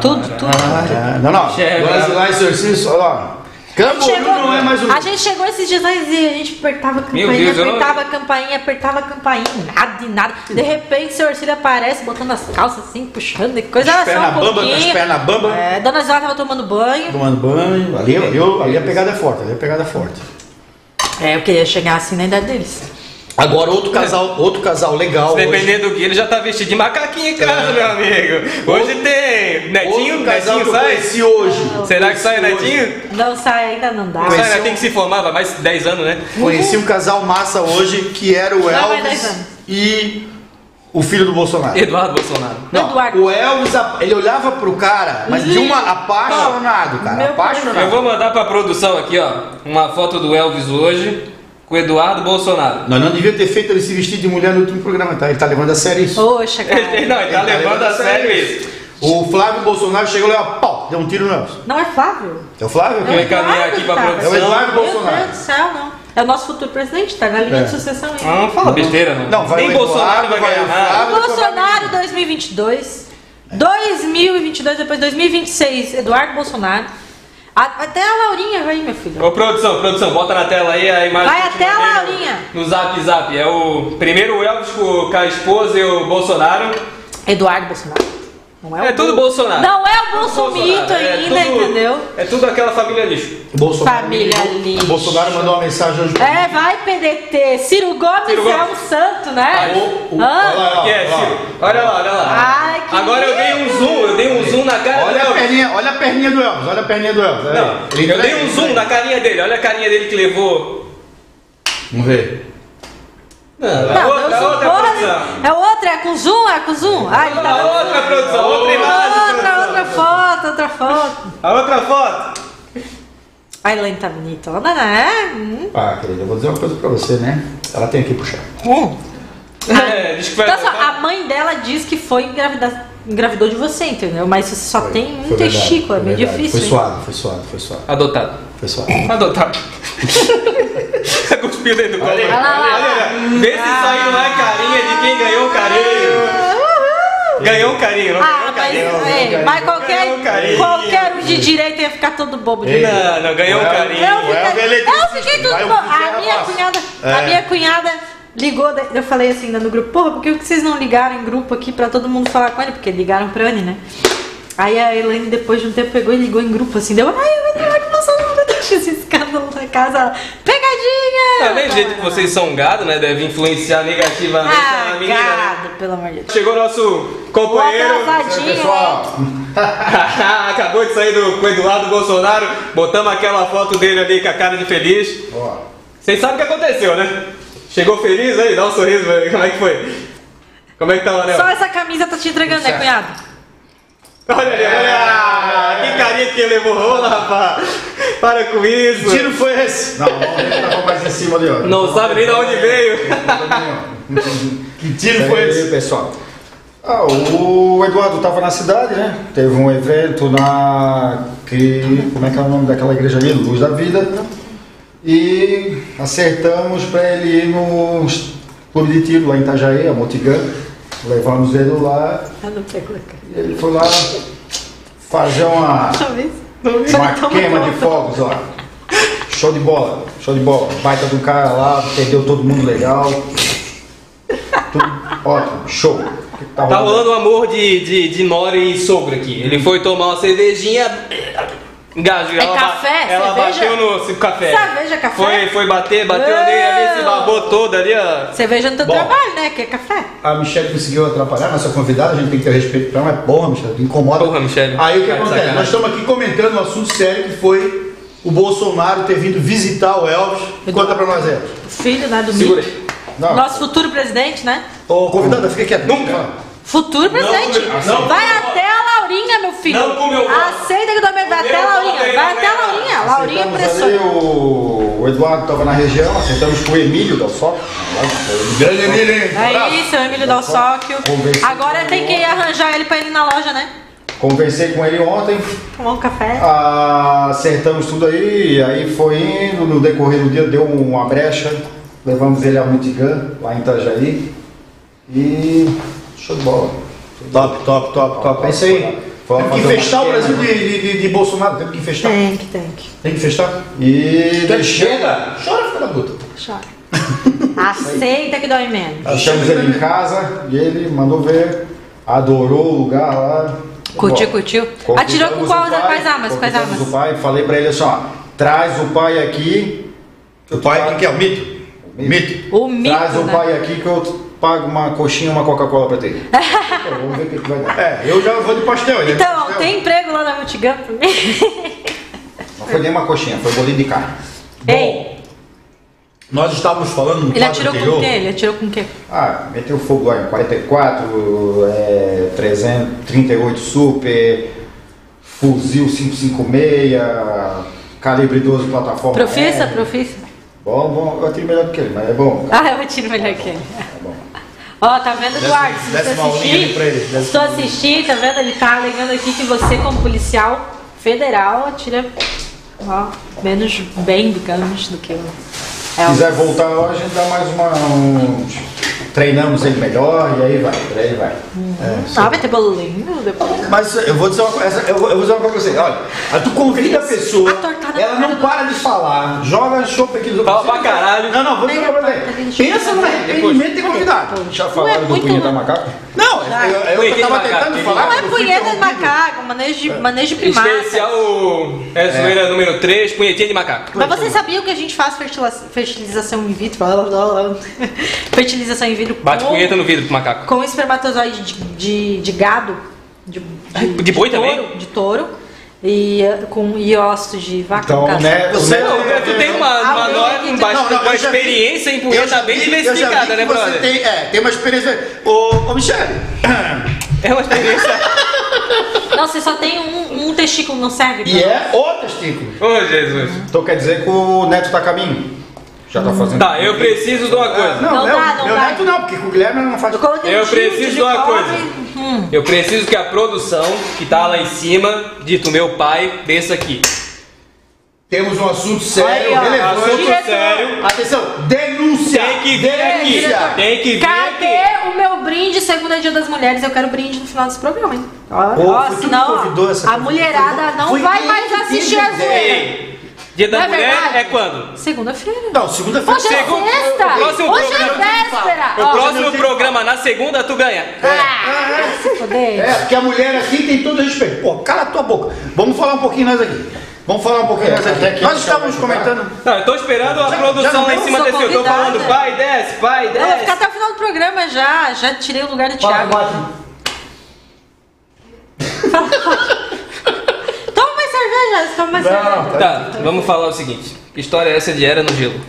Speaker 2: Tudo, tudo.
Speaker 3: Ah, Não, não.
Speaker 1: Chega.
Speaker 3: Agora Zilá e Sr. Cício, olha lá. Camboriú não é mais um.
Speaker 2: a gente chegou esses dias lá e a gente apertava a
Speaker 1: Meu
Speaker 2: campainha,
Speaker 1: Deus, eu não-
Speaker 2: apertava a campainha, apertava a campainha, nada de nada. De repente, seu Orcílio aparece botando as calças assim, puxando e coisa. Era
Speaker 3: As
Speaker 2: só
Speaker 3: perna
Speaker 2: um
Speaker 3: bamba, com as
Speaker 2: pouquinho.
Speaker 3: perna bamba.
Speaker 2: É, Dona Zila tava tomando banho.
Speaker 3: Tá Tomando banho. Ali, ali, ali a pegada é forte, ali a pegada é forte.
Speaker 2: É, eu queria chegar assim na idade deles.
Speaker 3: Agora outro casal, outro casal legal.
Speaker 1: Se
Speaker 3: Hoje.
Speaker 1: depender do que, ele já tá vestido de macaquinho em casa, meu amigo. É. Hoje tem. Netinho,
Speaker 3: Outro
Speaker 1: netinho
Speaker 3: casal que eu
Speaker 1: sai.
Speaker 3: conheci hoje.
Speaker 1: Será que sai
Speaker 3: Conheci hoje.
Speaker 1: netinho?
Speaker 2: Não sai, ainda não dá.
Speaker 1: Sai,
Speaker 3: Conheci
Speaker 1: né?
Speaker 3: um-
Speaker 1: tem que se formar, vai mais 10 anos, né?
Speaker 3: Conheci um casal massa hoje que era o
Speaker 2: Não, vai dez
Speaker 3: Elvis
Speaker 2: anos.
Speaker 3: e o filho do Bolsonaro.
Speaker 1: Eduardo Bolsonaro.
Speaker 3: Não,
Speaker 2: Eduardo.
Speaker 3: o Elvis, a- ele olhava pro cara, mas de uma apaixonado, cara.
Speaker 2: Meu
Speaker 3: apaixonado.
Speaker 1: Eu vou mandar pra produção aqui, ó, uma foto do Elvis hoje com o Eduardo Bolsonaro.
Speaker 3: Nós não devíamos ter feito ele se vestir de mulher no último programa, tá? Ele tá levando a sério isso.
Speaker 2: Poxa, cara.
Speaker 1: Ele, não, ele tá levando a sério isso.
Speaker 3: O Flávio Bolsonaro chegou lá, ó, pau, deu um tiro no Elvis.
Speaker 2: Não é Flávio?
Speaker 3: É o Flávio?
Speaker 1: Não,
Speaker 2: é
Speaker 1: Vem cá, vem
Speaker 2: Flávio
Speaker 1: aqui
Speaker 2: que
Speaker 1: pra
Speaker 2: tá.
Speaker 1: produção.
Speaker 3: É o Eduardo
Speaker 2: Meu
Speaker 3: Bolsonaro.
Speaker 2: Deus do céu, não. É o nosso futuro presidente, tá na linha
Speaker 3: É.
Speaker 2: de sucessão aí.
Speaker 1: Não, fala besteira, não.
Speaker 3: Não, vai
Speaker 1: Nem
Speaker 3: o
Speaker 1: Bolsonaro
Speaker 3: Eduardo,
Speaker 1: vai
Speaker 3: vai
Speaker 1: ganhar
Speaker 3: o
Speaker 1: nada.
Speaker 3: Flávio.
Speaker 2: Bolsonaro 2022, 2022, depois 2026, Eduardo Bolsonaro. A- Até a Laurinha vai, minha filha.
Speaker 1: Ô produção, produção, bota na tela aí a imagem.
Speaker 2: Vai
Speaker 1: que eu te
Speaker 2: até a
Speaker 1: mandei
Speaker 2: Laurinha.
Speaker 1: No, no zap zap. É o primeiro o Elvis com com a esposa e o Bolsonaro.
Speaker 2: Eduardo Bolsonaro. Não
Speaker 1: É tudo Bolsonaro.
Speaker 2: Não é o
Speaker 1: Tudo
Speaker 2: bolsomito
Speaker 1: Bolsonaro, é
Speaker 2: ainda,
Speaker 1: tudo-
Speaker 2: entendeu?
Speaker 1: É tudo aquela família lixo.
Speaker 3: Bolsonaro
Speaker 2: Família
Speaker 3: mandou-
Speaker 2: lixo.
Speaker 3: Bolsonaro mandou uma mensagem hoje.
Speaker 2: É, vai PDT. Ciro Gomes,
Speaker 1: Ciro
Speaker 2: é um
Speaker 1: Gomes.
Speaker 2: santo, né?
Speaker 3: O- o-
Speaker 2: Hã?
Speaker 3: olha lá,
Speaker 1: Que é,
Speaker 3: ó,
Speaker 1: Ciro? Olha lá, olha lá.
Speaker 2: Ai, que
Speaker 1: Agora eu dei um zoom, eu dei um zoom na cara
Speaker 3: Olha
Speaker 1: do
Speaker 3: a
Speaker 1: Elvis.
Speaker 3: perninha, olha a perninha do Elvis, olha a perninha do Elvis. olha
Speaker 1: Não,
Speaker 3: aí.
Speaker 1: eu
Speaker 3: entrega-
Speaker 1: dei um zoom na carinha dele, olha a carinha dele que levou.
Speaker 3: Vamos ver.
Speaker 1: Não,
Speaker 2: Não,
Speaker 1: outra,
Speaker 2: não,
Speaker 1: outra
Speaker 2: porra
Speaker 1: produção.
Speaker 2: nenhuma. É outra, é com zoom, é com zoom. Ah, ele tá dando
Speaker 1: Outra produção, outra imagem.
Speaker 2: Outra,
Speaker 1: produção.
Speaker 2: outra foto, outra foto.
Speaker 1: A outra foto.
Speaker 2: A Elaine tá bonitona, né? Hum.
Speaker 3: Ah, querida, eu vou dizer uma coisa pra você, né? Ela tem que puxar.
Speaker 1: É, diz que vai
Speaker 2: Hum. Então, só,
Speaker 1: voltar.
Speaker 2: a mãe dela diz que foi engravida- engravidou de você, entendeu? Mas você só tem um
Speaker 3: Foi verdade,
Speaker 2: testículo, é
Speaker 3: foi
Speaker 2: meio
Speaker 3: verdade.
Speaker 2: difícil.
Speaker 3: Foi
Speaker 2: hein?
Speaker 3: suado, foi suado, foi suado,
Speaker 1: Adotado.
Speaker 3: foi suado.
Speaker 1: Adotado. Cuspiu dentro do
Speaker 2: Olha lá, olha lá.
Speaker 1: carinho. Vê se isso aí não é carinha de quem ganhou o carinho. Ganhou o carinho, não ganhou
Speaker 2: Ah,
Speaker 1: o
Speaker 2: mas,
Speaker 1: carinho.
Speaker 3: Ganhou,
Speaker 2: é, mas
Speaker 1: ganhou,
Speaker 3: ganhou,
Speaker 1: ganhou,
Speaker 2: qualquer,
Speaker 1: carinho.
Speaker 2: qualquer um de direita ia ficar todo bobo de
Speaker 3: Ei,
Speaker 2: novo.
Speaker 1: Não, não, ganhou o
Speaker 3: Não,
Speaker 1: carinho.
Speaker 2: Eu
Speaker 3: é o
Speaker 2: fiquei, eu
Speaker 3: eletricista,
Speaker 2: fiquei
Speaker 3: vai
Speaker 2: tudo
Speaker 3: o
Speaker 2: bom.
Speaker 3: que
Speaker 2: A
Speaker 3: ela
Speaker 2: minha
Speaker 3: passa.
Speaker 2: cunhada, a
Speaker 3: É.
Speaker 2: minha cunhada ligou, de- eu falei assim ainda no grupo, porra, por que que vocês não ligaram em grupo aqui pra todo mundo falar com ele? Porque ligaram pra Anne, né? Aí a Elaine, depois de um tempo, pegou e ligou em grupo assim, deu, ai, eu vou ligar com nossa amiga, deixa esses caras na casa, ela, pegadinha!
Speaker 1: Também do Tá jeito que vocês são gado, né? Deve influenciar negativamente
Speaker 2: Ah,
Speaker 1: a menina. né?
Speaker 2: gado, pelo amor de Deus.
Speaker 1: Chegou nosso companheiro.
Speaker 2: O atrasadinho,
Speaker 3: Pessoal,
Speaker 1: Acabou de sair do, com o Eduardo Bolsonaro. Botamos aquela foto dele ali com a cara de feliz.
Speaker 3: ó,
Speaker 1: Vocês sabem o que aconteceu, né? Chegou feliz aí, dá um sorriso, velho. como é que foi? Como é que tá o anel?
Speaker 2: Só essa camisa tá te entregando, né, cunhado?
Speaker 1: Olha ali, olha! Que carinha que ele borrou, rapaz! Para com isso!
Speaker 3: que tiro foi esse? Não, vamos ver que tava mais em cima ali, ó.
Speaker 1: Não sabe nem de onde
Speaker 3: É,
Speaker 1: veio!
Speaker 3: Que tiro
Speaker 4: Pera
Speaker 3: foi
Speaker 4: aí,
Speaker 3: esse?
Speaker 4: pessoal?
Speaker 3: Ah, o Eduardo estava na cidade, né? Teve um evento na. Que, como é que é o nome daquela igreja ali? Luz da Vida. né? E acertamos para ele ir no clube de tiro lá em Itajaí, a Motigã. Levamos ele lá
Speaker 2: Eu não é pegou, cara.
Speaker 3: e ele foi lá fazer uma,
Speaker 2: Talvez. tá
Speaker 3: uma queima de fogos lá. Show de bola, show de bola. Baita do cara lá, perdeu todo mundo legal. Tudo ótimo, show. O que que
Speaker 1: Tá rolando um amor de, de, de nora e sogra aqui. Ele foi tomar uma cervejinha. Engajou.
Speaker 2: É
Speaker 1: ela
Speaker 2: café?
Speaker 1: Ela
Speaker 2: Cerveja?
Speaker 1: bateu no se- café.
Speaker 2: Cerveja, café?
Speaker 1: Foi, foi bater, bateu ali, ali, se babou toda ali, ó.
Speaker 2: Cerveja no teu
Speaker 3: Bom.
Speaker 2: trabalho, né? Que é café.
Speaker 3: A Michelle conseguiu atrapalhar, nossa convidada, a gente tem que ter respeito pra ela, mas porra, Michelle, tu incomoda.
Speaker 1: Porra, Michelle.
Speaker 3: Aí o que
Speaker 1: Tá de
Speaker 3: acontece?
Speaker 1: sacanagem.
Speaker 3: Nós estamos aqui comentando um assunto sério que foi o Bolsonaro ter vindo visitar o Elvis. Conta pra nós, Elvis.
Speaker 2: O filho, né, do
Speaker 1: Segura
Speaker 2: Mickey.
Speaker 1: aí.
Speaker 3: Não.
Speaker 2: Nosso futuro presidente, né?
Speaker 3: Ô, convidada, fica quieto.
Speaker 1: Nunca.
Speaker 2: Futuro presidente.
Speaker 1: não,
Speaker 2: vai
Speaker 1: não,
Speaker 2: até a Laurinha, meu filho.
Speaker 1: Não com meu voto.
Speaker 2: Aceita que eu dou meu Vai
Speaker 1: Com
Speaker 2: até a
Speaker 1: meu
Speaker 2: Laurinha.
Speaker 1: voto aí,
Speaker 2: Vai
Speaker 1: né,
Speaker 2: até a
Speaker 1: galera?
Speaker 2: Laurinha. Laurinha
Speaker 3: Acertamos ali,
Speaker 2: pressiona.
Speaker 3: o... o Eduardo estava na região, acertamos com o Emílio da Foco. Grande Emílio, hein?
Speaker 2: É isso, é o Emílio Dalsóquio.
Speaker 3: Tá Convencido.
Speaker 2: Agora tem que arranjar ele pra ele na loja, né?
Speaker 3: Conversei com ele ontem,
Speaker 2: Tomar um café.
Speaker 3: Ah, acertamos tudo aí, e aí foi indo, no decorrer do dia deu uma brecha, levamos ele a Mutigã, lá em Itajaí, e show de bola.
Speaker 4: Top, top, top, top.
Speaker 3: É isso aí.
Speaker 4: Vamos
Speaker 3: Temos que
Speaker 4: fazer
Speaker 3: festar
Speaker 4: uma
Speaker 3: o Brasil
Speaker 4: esquema,
Speaker 3: de, de, de- de Bolsonaro, temos que festar.
Speaker 2: Tem que, tem que.
Speaker 3: Tem que festar. E
Speaker 4: Então
Speaker 3: deixamos-
Speaker 4: chega, chora, filha da puta.
Speaker 2: Chora. Aceita que dói menos.
Speaker 4: Ah,
Speaker 3: Deixamos ele em casa e ele mandou ver, adorou o lugar lá.
Speaker 2: Curtiu,
Speaker 3: Bom,
Speaker 2: curtiu?
Speaker 3: Convidamos
Speaker 2: Atirou Ah, com qual,
Speaker 3: o pai,
Speaker 2: quais armas? Quais
Speaker 3: convidamos
Speaker 2: armas?
Speaker 3: o pai, falei pra ele assim, ó, traz o pai aqui,
Speaker 4: O pai, o que que é? O mito? Mito.
Speaker 2: O mito,
Speaker 3: Traz o
Speaker 2: né?
Speaker 3: pai aqui que eu pago uma coxinha e uma Coca-Cola pra ti. Pô, Vamos ver o que que vai dar.
Speaker 4: É, eu já vou de pastel. ele é de
Speaker 2: Então,
Speaker 4: pastel.
Speaker 2: tem emprego lá na Multigam pra mim?
Speaker 3: Não foi nem uma coxinha, foi bolinho de carne.
Speaker 2: Ei,
Speaker 4: Nós estávamos falando no
Speaker 2: ele
Speaker 4: quadro
Speaker 2: atirou com o
Speaker 4: anterior.
Speaker 2: quê? Ele atirou com o quê?
Speaker 3: Ah, meteu fogo lá em 44, é, 338 super, fuzil 556, calibre 12 plataforma.
Speaker 2: Profissa,
Speaker 4: é.
Speaker 3: R.
Speaker 2: profissa.
Speaker 3: Bom, bom, eu atiro melhor do que ele, mas é bom.
Speaker 2: Ah, eu atiro melhor que ele. Ó, tá vendo, Eduardo? Se você
Speaker 4: Tá desce uma aulinha ali
Speaker 2: assistir,
Speaker 4: pra ele, desce
Speaker 2: se tu assistir, tá vendo? Ele tá alegando aqui que você, como policial federal, atira ó, menos bem, digamos, do que o.
Speaker 3: Se
Speaker 2: É,
Speaker 3: quiser voltar lá, a gente dá mais uma, uns
Speaker 4: treinamos ele melhor e aí vai, por aí vai. É,
Speaker 2: Ah, vai ter bolinho depois.
Speaker 4: Mas eu vou dizer uma coisa, eu vou, eu vou dizer uma coisa pra você. Olha, aí tu convida a pessoa,
Speaker 2: A tortada
Speaker 4: ela
Speaker 2: na cara
Speaker 4: não
Speaker 2: do-
Speaker 4: para de falar, joga chope aqui do
Speaker 1: Fala pra caralho.
Speaker 2: Ah,
Speaker 4: Não, não, vou dizer uma coisa. pra você. Pensa no arrependimento de convidado.
Speaker 2: Já falaram Não é do muito- punheta macaco?
Speaker 4: Não,
Speaker 2: Ah.
Speaker 4: eu, eu,
Speaker 1: Punheta
Speaker 4: tava
Speaker 1: macaco,
Speaker 4: tentando
Speaker 1: punheta
Speaker 4: falar.
Speaker 2: Não é
Speaker 4: eu fui
Speaker 2: punheta de
Speaker 4: interrompido.
Speaker 2: macaco, manejo
Speaker 4: É.
Speaker 2: de, manejo de primata.
Speaker 1: Especial é zoeira número 3, punhetinha de macaco.
Speaker 2: Mas você sabia que a gente faz fertila- fertilização in vitro? Blá, blá, blá, blá. fertilização in vitro
Speaker 1: Bate
Speaker 2: com,
Speaker 1: punheta no vidro pro macaco.
Speaker 2: com espermatozoide de, de, de gado, de,
Speaker 1: Ah, de boi
Speaker 2: touro,
Speaker 1: também?
Speaker 2: De touro. E eh, com e óssito de vaca.
Speaker 4: Então,
Speaker 2: cacete.
Speaker 4: né, o
Speaker 1: Você
Speaker 4: meu-
Speaker 1: tu é tem uma, uma,
Speaker 2: Alguém
Speaker 1: nora-
Speaker 2: que-
Speaker 1: um bas-
Speaker 4: Não, não,
Speaker 1: uma
Speaker 4: eu já vi-
Speaker 1: experiência em
Speaker 4: Eu já
Speaker 1: punheta bem
Speaker 4: vi- eu já vi
Speaker 1: diversificada,
Speaker 4: que
Speaker 1: né,
Speaker 4: você
Speaker 1: brother?
Speaker 4: Tem, é, tem uma experiência. Ô, ô Michele,
Speaker 1: É uma experiência.
Speaker 2: Não, você só tem um, um testículo, não serve pra
Speaker 4: e é o testículo.
Speaker 1: Ô, Jesus.
Speaker 4: Então quer dizer que o neto tá a caminho? Já tá fazendo.
Speaker 1: Tá, eu preciso de uma
Speaker 4: Ah,
Speaker 1: coisa.
Speaker 4: Não,
Speaker 2: Não
Speaker 4: meu,
Speaker 2: dá, não
Speaker 4: meu
Speaker 2: dá.
Speaker 4: neto não, porque com o Guilherme não faz.
Speaker 2: Eu coloquei
Speaker 1: Eu
Speaker 2: um
Speaker 1: preciso
Speaker 2: chute
Speaker 1: de uma
Speaker 2: cobre.
Speaker 1: coisa.
Speaker 2: Hum.
Speaker 1: Eu preciso que a produção, que tá lá em cima, dito meu pai, desça aqui.
Speaker 4: Temos um assunto sério,
Speaker 2: ó.
Speaker 4: relevante.
Speaker 1: Assunto
Speaker 2: Diretor.
Speaker 1: sério.
Speaker 4: Atenção, denúncia!
Speaker 1: Tem que vir aqui.
Speaker 4: denúncia.
Speaker 1: Tem que vir
Speaker 2: Cadê
Speaker 1: aqui.
Speaker 2: o meu brinde segunda dia das mulheres? Eu quero brinde no final desse programa, hein? Ó,
Speaker 4: Pô,
Speaker 2: ó,
Speaker 4: foi tu que
Speaker 2: senão
Speaker 4: convidou
Speaker 2: ó,
Speaker 4: essa
Speaker 2: a
Speaker 4: coisa. né?
Speaker 2: mulherada não
Speaker 4: Foi
Speaker 2: Então vai
Speaker 4: quem
Speaker 2: mais
Speaker 4: que
Speaker 2: assistir
Speaker 4: teve
Speaker 2: a
Speaker 4: a
Speaker 2: zoeira.
Speaker 1: Ei, Dia da
Speaker 2: Não é
Speaker 1: mulher
Speaker 2: verdade?
Speaker 1: é quando?
Speaker 2: Segunda-feira.
Speaker 4: Não, segunda-feira.
Speaker 2: Hoje é
Speaker 1: Segundo-
Speaker 2: sexta.
Speaker 1: o próximo
Speaker 2: Hoje é
Speaker 1: programa-
Speaker 2: véspera.
Speaker 1: No
Speaker 2: Ó,
Speaker 1: próximo
Speaker 4: tem-
Speaker 1: programa, na segunda, tu ganha.
Speaker 2: Ah, vai se foder.
Speaker 4: É, porque a mulher aqui tem todo respeito. Pô, cala a tua boca. Vamos falar um pouquinho nós aqui. Vamos falar um pouquinho nós aqui. Nós estávamos comentando.
Speaker 1: Não, eu tô esperando a
Speaker 4: Já- já
Speaker 1: produção
Speaker 4: não
Speaker 1: lá em
Speaker 2: sou
Speaker 1: cima desse. Eu tô
Speaker 2: convidada.
Speaker 1: falando, pai, desce, pai,
Speaker 2: Não, vai ficar
Speaker 1: desce.
Speaker 2: até o final do programa já. Já tirei o lugar do
Speaker 4: Fala,
Speaker 2: Thiago.
Speaker 4: Quadro.
Speaker 2: Toma mais cerveja, toma mais cerveja.
Speaker 1: Tá, vamos falar o seguinte. Que história é essa de Era no Gelo?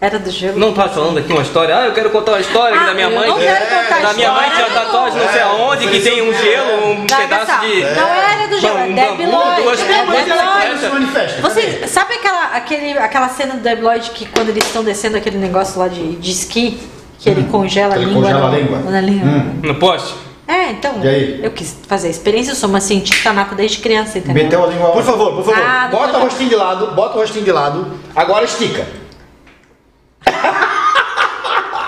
Speaker 2: Era do gelo.
Speaker 1: Não tá falando aqui uma história? Ah, eu quero contar uma história aqui
Speaker 2: Ah,
Speaker 1: da minha
Speaker 2: eu
Speaker 1: mãe.
Speaker 2: não quero contar
Speaker 1: da minha mãe tinha
Speaker 2: história
Speaker 1: tatuagem não sei
Speaker 4: nenhuma.
Speaker 1: aonde, que tem um gelo, um
Speaker 2: Não,
Speaker 1: pedaço
Speaker 2: pessoal,
Speaker 1: de...
Speaker 2: Não era do gelo, é
Speaker 1: Bambu,
Speaker 2: Debi Lloyd.
Speaker 1: duas
Speaker 2: é Debi
Speaker 1: bombas de
Speaker 2: Lloyd.
Speaker 1: bicicleta.
Speaker 4: Se manifesta.
Speaker 2: Você sabe aquela, aquele, aquela cena do Deb Lloyd que quando eles estão descendo aquele negócio lá de, de esqui, que ele congela a
Speaker 4: Hum. ele
Speaker 2: língua?
Speaker 4: congela
Speaker 2: na-
Speaker 4: a língua. Hum.
Speaker 2: Na língua.
Speaker 1: No poste?
Speaker 2: É, então.
Speaker 4: E aí?
Speaker 2: Eu quis fazer a experiência, eu sou uma cientista nata desde criança, entendeu?
Speaker 4: Meteu um a língua. Por favor, por favor.
Speaker 2: Ah, não
Speaker 4: bota
Speaker 2: foi-
Speaker 4: o rostinho de lado, bota o rostinho de lado. Agora estica.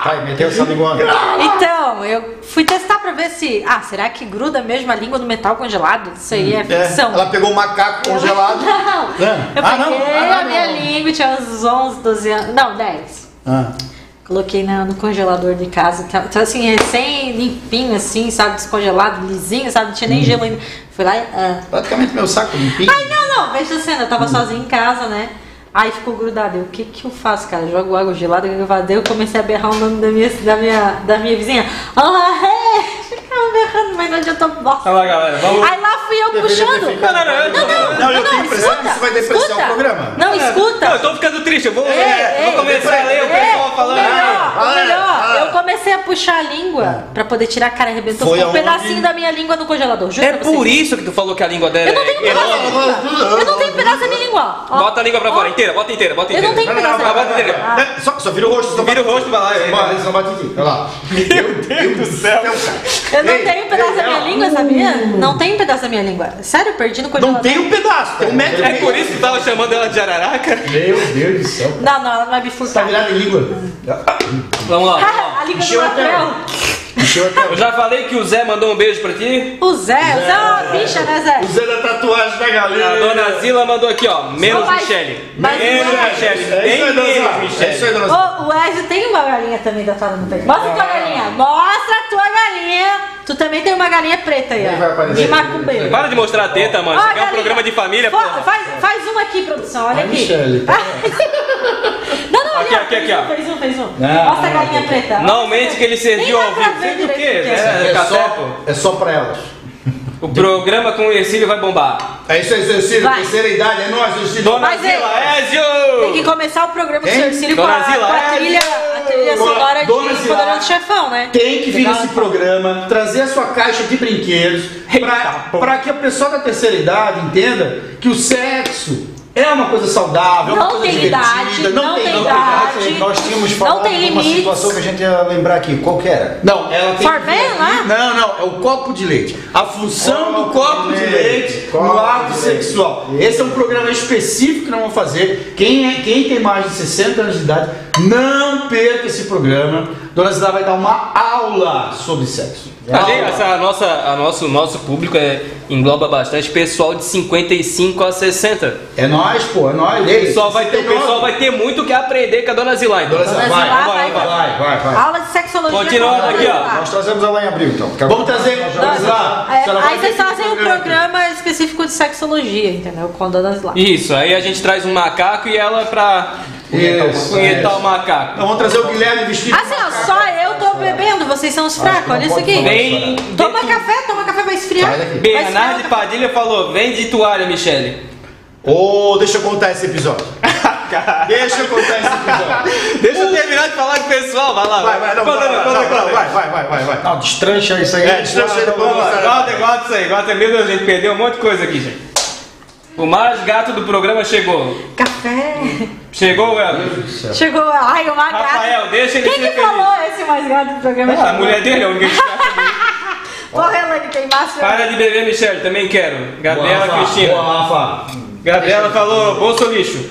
Speaker 4: Vai, meteu essa língua.
Speaker 2: Então, eu fui testar pra ver se. Ah, será que gruda mesmo a língua no metal congelado? Isso aí é
Speaker 4: É,
Speaker 2: ficção.
Speaker 4: ela pegou o macaco congelado.
Speaker 2: Não! Eu
Speaker 4: Ah, não?
Speaker 2: peguei
Speaker 4: Ah, não,
Speaker 2: a minha
Speaker 4: não.
Speaker 2: língua, tinha uns 11, 12 anos. Não, 10.
Speaker 4: Ah.
Speaker 2: Coloquei na- no congelador de casa. tá- Então, assim, recém limpinho, assim, sabe? Descongelado, lisinho, sabe? Não tinha
Speaker 4: Hum.
Speaker 2: nem gelo ainda. Fui lá e. ah.
Speaker 4: Praticamente meu saco limpinho.
Speaker 2: Ai, não, não, veja a cena. Eu tava sozinha em casa, né? Aí ficou grudado. Eu, o que que eu faço, cara? Jogo água gelada, o que que eu faço? Daí eu comecei a berrar o nome da minha, da minha, da minha vizinha. Ah, é! Ficava berrando, mas não adiantou bosta.
Speaker 1: Olha lá, galera, vamos...
Speaker 2: Aí lá fui eu
Speaker 4: Deveria
Speaker 2: puxando.
Speaker 4: ter ficado.
Speaker 1: Não, não, não, eu tô-
Speaker 4: Não, eu tenho a impressão
Speaker 2: escuta,
Speaker 4: que isso vai depreciar
Speaker 2: escuta.
Speaker 4: o programa.
Speaker 2: Não,
Speaker 1: É. Não, eu
Speaker 2: escuta. É,
Speaker 1: tô ficando triste, eu vou,
Speaker 2: Ei,
Speaker 1: vou
Speaker 2: ei,
Speaker 1: começar a ler o
Speaker 2: Ei,
Speaker 1: pessoal falando.
Speaker 2: é, o melhor,
Speaker 4: Ah,
Speaker 2: o melhor,
Speaker 4: ah.
Speaker 2: eu comecei a puxar a língua
Speaker 1: É.
Speaker 2: pra poder tirar a cara, arrebentou
Speaker 4: Foi
Speaker 2: Ficou um
Speaker 4: aonde?
Speaker 2: pedacinho da minha língua no congelador. Juro
Speaker 1: É
Speaker 2: pra vocês.
Speaker 1: por isso que tu falou que a língua dela
Speaker 2: Eu não tenho
Speaker 1: é
Speaker 2: pedaço de
Speaker 1: enorme.
Speaker 2: língua. Eu não tenho pedaço de língua. ó. Ó,
Speaker 1: Bota a língua pra
Speaker 2: ó.
Speaker 1: fora, então. inteira, bota inteira, bota
Speaker 2: Eu
Speaker 1: inteira.
Speaker 2: não tenho pedaço de
Speaker 1: não, não,
Speaker 2: língua.
Speaker 1: não,
Speaker 2: Ah.
Speaker 4: Só, só vira o rosto, só
Speaker 1: Vira o
Speaker 4: bate-
Speaker 1: rosto pra lá. então.
Speaker 4: Só bate- Só bate aqui. Olha lá. Meu Deus do céu.
Speaker 2: Eu não
Speaker 4: Ei,
Speaker 2: tenho pedaço
Speaker 4: ei,
Speaker 2: da minha
Speaker 4: não.
Speaker 2: língua, sabia? Não tenho pedaço da minha língua. Sério, eu perdi no congelador.
Speaker 4: Uh. Não tem um pedaço, tem um metro e
Speaker 1: É por
Speaker 4: meio.
Speaker 1: isso que tu tava chamando ela de araraca?
Speaker 4: Meu Deus do céu.
Speaker 2: Não, não, ela vai
Speaker 4: Tá
Speaker 2: bifurcar.
Speaker 4: virado em língua.
Speaker 1: Vamos lá. vamos lá.
Speaker 2: Ah, a língua do
Speaker 4: Encheu até
Speaker 2: Rafael.
Speaker 4: Encheu até
Speaker 1: Eu
Speaker 4: hoje.
Speaker 1: já falei que o Zé mandou um beijo pra ti.
Speaker 2: O Zé, o Zé é uma bicha, né, Zé?
Speaker 4: O Zé é da tatuagem da
Speaker 1: A
Speaker 4: galera.
Speaker 1: dona Zila mandou aqui, ó. Menos
Speaker 2: Não, mas-
Speaker 1: Michele.
Speaker 2: mas-
Speaker 1: Menos
Speaker 2: mas-
Speaker 1: Michele.
Speaker 4: É isso aí,
Speaker 1: Bem menos
Speaker 4: dona Zé. É isso aí,
Speaker 1: Michele.
Speaker 4: dona Zé.
Speaker 2: Ô, o Ezio tem uma galinha também da tua no peito. Mostra a tua
Speaker 4: É.
Speaker 2: galinha. Mostra a tua galinha. Tu também tem uma galinha preta aí,
Speaker 4: Ele vai
Speaker 2: ó.
Speaker 4: aparecer.
Speaker 2: De macumbeiro.
Speaker 1: Para de mostrar a teta, mano. Isso aqui é um programa de família, pô.
Speaker 2: Faz, faz uma aqui, produção. Olha
Speaker 4: Ah,
Speaker 2: aqui.
Speaker 4: Michele.
Speaker 2: não, não,
Speaker 1: Aqui,
Speaker 2: olha.
Speaker 1: aqui, aqui,
Speaker 2: fez
Speaker 1: ó.
Speaker 2: um, Fez um, fez um.
Speaker 4: Ah,
Speaker 2: Mostra a galinha preta.
Speaker 1: Normalmente que ele serviu ao
Speaker 2: tá
Speaker 1: vivo. Sei do quê, né?
Speaker 4: É
Speaker 1: Café,
Speaker 4: só, é só pra elas.
Speaker 1: O programa com o Ercílio vai bombar.
Speaker 4: É isso aí, seu Ciro.
Speaker 2: Vai.
Speaker 4: Terceira idade, é nós, seu Ciro.
Speaker 1: Dona
Speaker 2: Mas
Speaker 1: Zila, é,
Speaker 2: Tem que
Speaker 1: Ézio!
Speaker 2: começar o programa do
Speaker 4: Hein?
Speaker 2: Sr. Cílio com a,
Speaker 1: Dona Zila,
Speaker 2: com a
Speaker 1: é.
Speaker 2: trilha, a trilha
Speaker 4: Dona-
Speaker 2: sonora de
Speaker 4: Dona Zila.
Speaker 2: Poderoso Chefão, né?
Speaker 4: Tem que vir
Speaker 2: Legal?
Speaker 4: nesse programa, trazer a sua caixa de brinquedos,
Speaker 1: Eita, pô.
Speaker 4: para que a pessoa da terceira idade entenda que o sexo é uma coisa saudável, é uma
Speaker 2: Não
Speaker 4: coisa
Speaker 2: tem
Speaker 4: divertida,
Speaker 2: idade, não tem idade.
Speaker 4: Nós tínhamos
Speaker 2: Não
Speaker 4: falado
Speaker 2: tem
Speaker 4: de uma
Speaker 2: limites.
Speaker 4: situação que a gente ia lembrar aqui. Qual que era? Não, é ela tem
Speaker 2: Sorvete
Speaker 4: que vir
Speaker 2: lá?
Speaker 4: aqui. Não, não, é o copo de leite. A função do copo de leite
Speaker 3: Copo
Speaker 4: no ato
Speaker 3: de
Speaker 4: sexual. Esse é um programa específico que nós vamos fazer. Quem, é, quem tem mais de 60 anos de idade, não perca esse programa. Dona Zilda vai dar uma aula sobre sexo.
Speaker 1: A, gente, essa- a nossa, a nosso, nosso público é, engloba bastante pessoal de 55 a 60.
Speaker 4: É nós, pô, é nós.
Speaker 1: O pessoal vai ter, o pessoal vai ter muito o que aprender com a dona então. Zilai.
Speaker 4: Dona Zilda,
Speaker 2: Vai,
Speaker 4: vai,
Speaker 2: vai,
Speaker 4: vai,
Speaker 2: vai.
Speaker 4: vai, vai, vai.
Speaker 2: Aula de sexologia.
Speaker 1: Continuando
Speaker 2: com a
Speaker 1: aqui, ó.
Speaker 2: Zilá.
Speaker 3: Nós trazemos ela em abril, então. Acabou.
Speaker 4: Vamos trazer. Dona Zilda,
Speaker 2: É,
Speaker 4: a senhora vai
Speaker 2: aí vocês
Speaker 4: ter que
Speaker 2: fazem um programa específico de sexologia, entendeu? Com a dona Zilá.
Speaker 1: Isso, aí a gente traz um macaco e ela pra
Speaker 4: Isso,
Speaker 1: punhetar
Speaker 4: isso.
Speaker 1: o macaco.
Speaker 4: Então vamos trazer o Guilherme vestido.
Speaker 2: Assim, ó, só eu tô bebendo, vocês são
Speaker 5: Ah,
Speaker 2: os fracos, olha isso aqui.
Speaker 1: Vem.
Speaker 2: Toma café, toma café, vai esfriar.
Speaker 5: né? Sai daqui.
Speaker 2: Vai esfriar o
Speaker 1: Bernardo
Speaker 2: café.
Speaker 1: Padilha falou: vem de toalha, Michele.
Speaker 4: Ô, deixa eu contar esse episódio. deixa eu contar esse episódio.
Speaker 1: Deixa eu terminar de falar com o pessoal, vai lá.
Speaker 3: Vai, vai, não,
Speaker 1: Conta,
Speaker 3: vai,
Speaker 1: conta,
Speaker 3: vai,
Speaker 1: conta.
Speaker 3: vai, vai, vai, vai, vai, vai. Não, destrancha isso aí.
Speaker 4: É, destrancha aí, vamos lá.
Speaker 1: Guarda, guarda isso aí, guarda mesmo, a gente perdeu um monte de coisa aqui, gente. O mais gato do programa chegou.
Speaker 5: Hum.
Speaker 2: Café.
Speaker 1: Chegou, Elton.
Speaker 2: Chegou, ai, o Magato.
Speaker 1: Rafael, deixa ele
Speaker 2: Quem
Speaker 1: ser
Speaker 2: que
Speaker 1: feliz.
Speaker 2: falou esse mais gato do programa?
Speaker 1: A mulher dele é o único que
Speaker 2: Porra, Elane, tem massa.
Speaker 1: Para de beber, Michele, também quero. Gabriela
Speaker 4: Rafa,
Speaker 1: Cristina.
Speaker 4: Boa, Rafa.
Speaker 1: Gabriela falou, bolso lixo.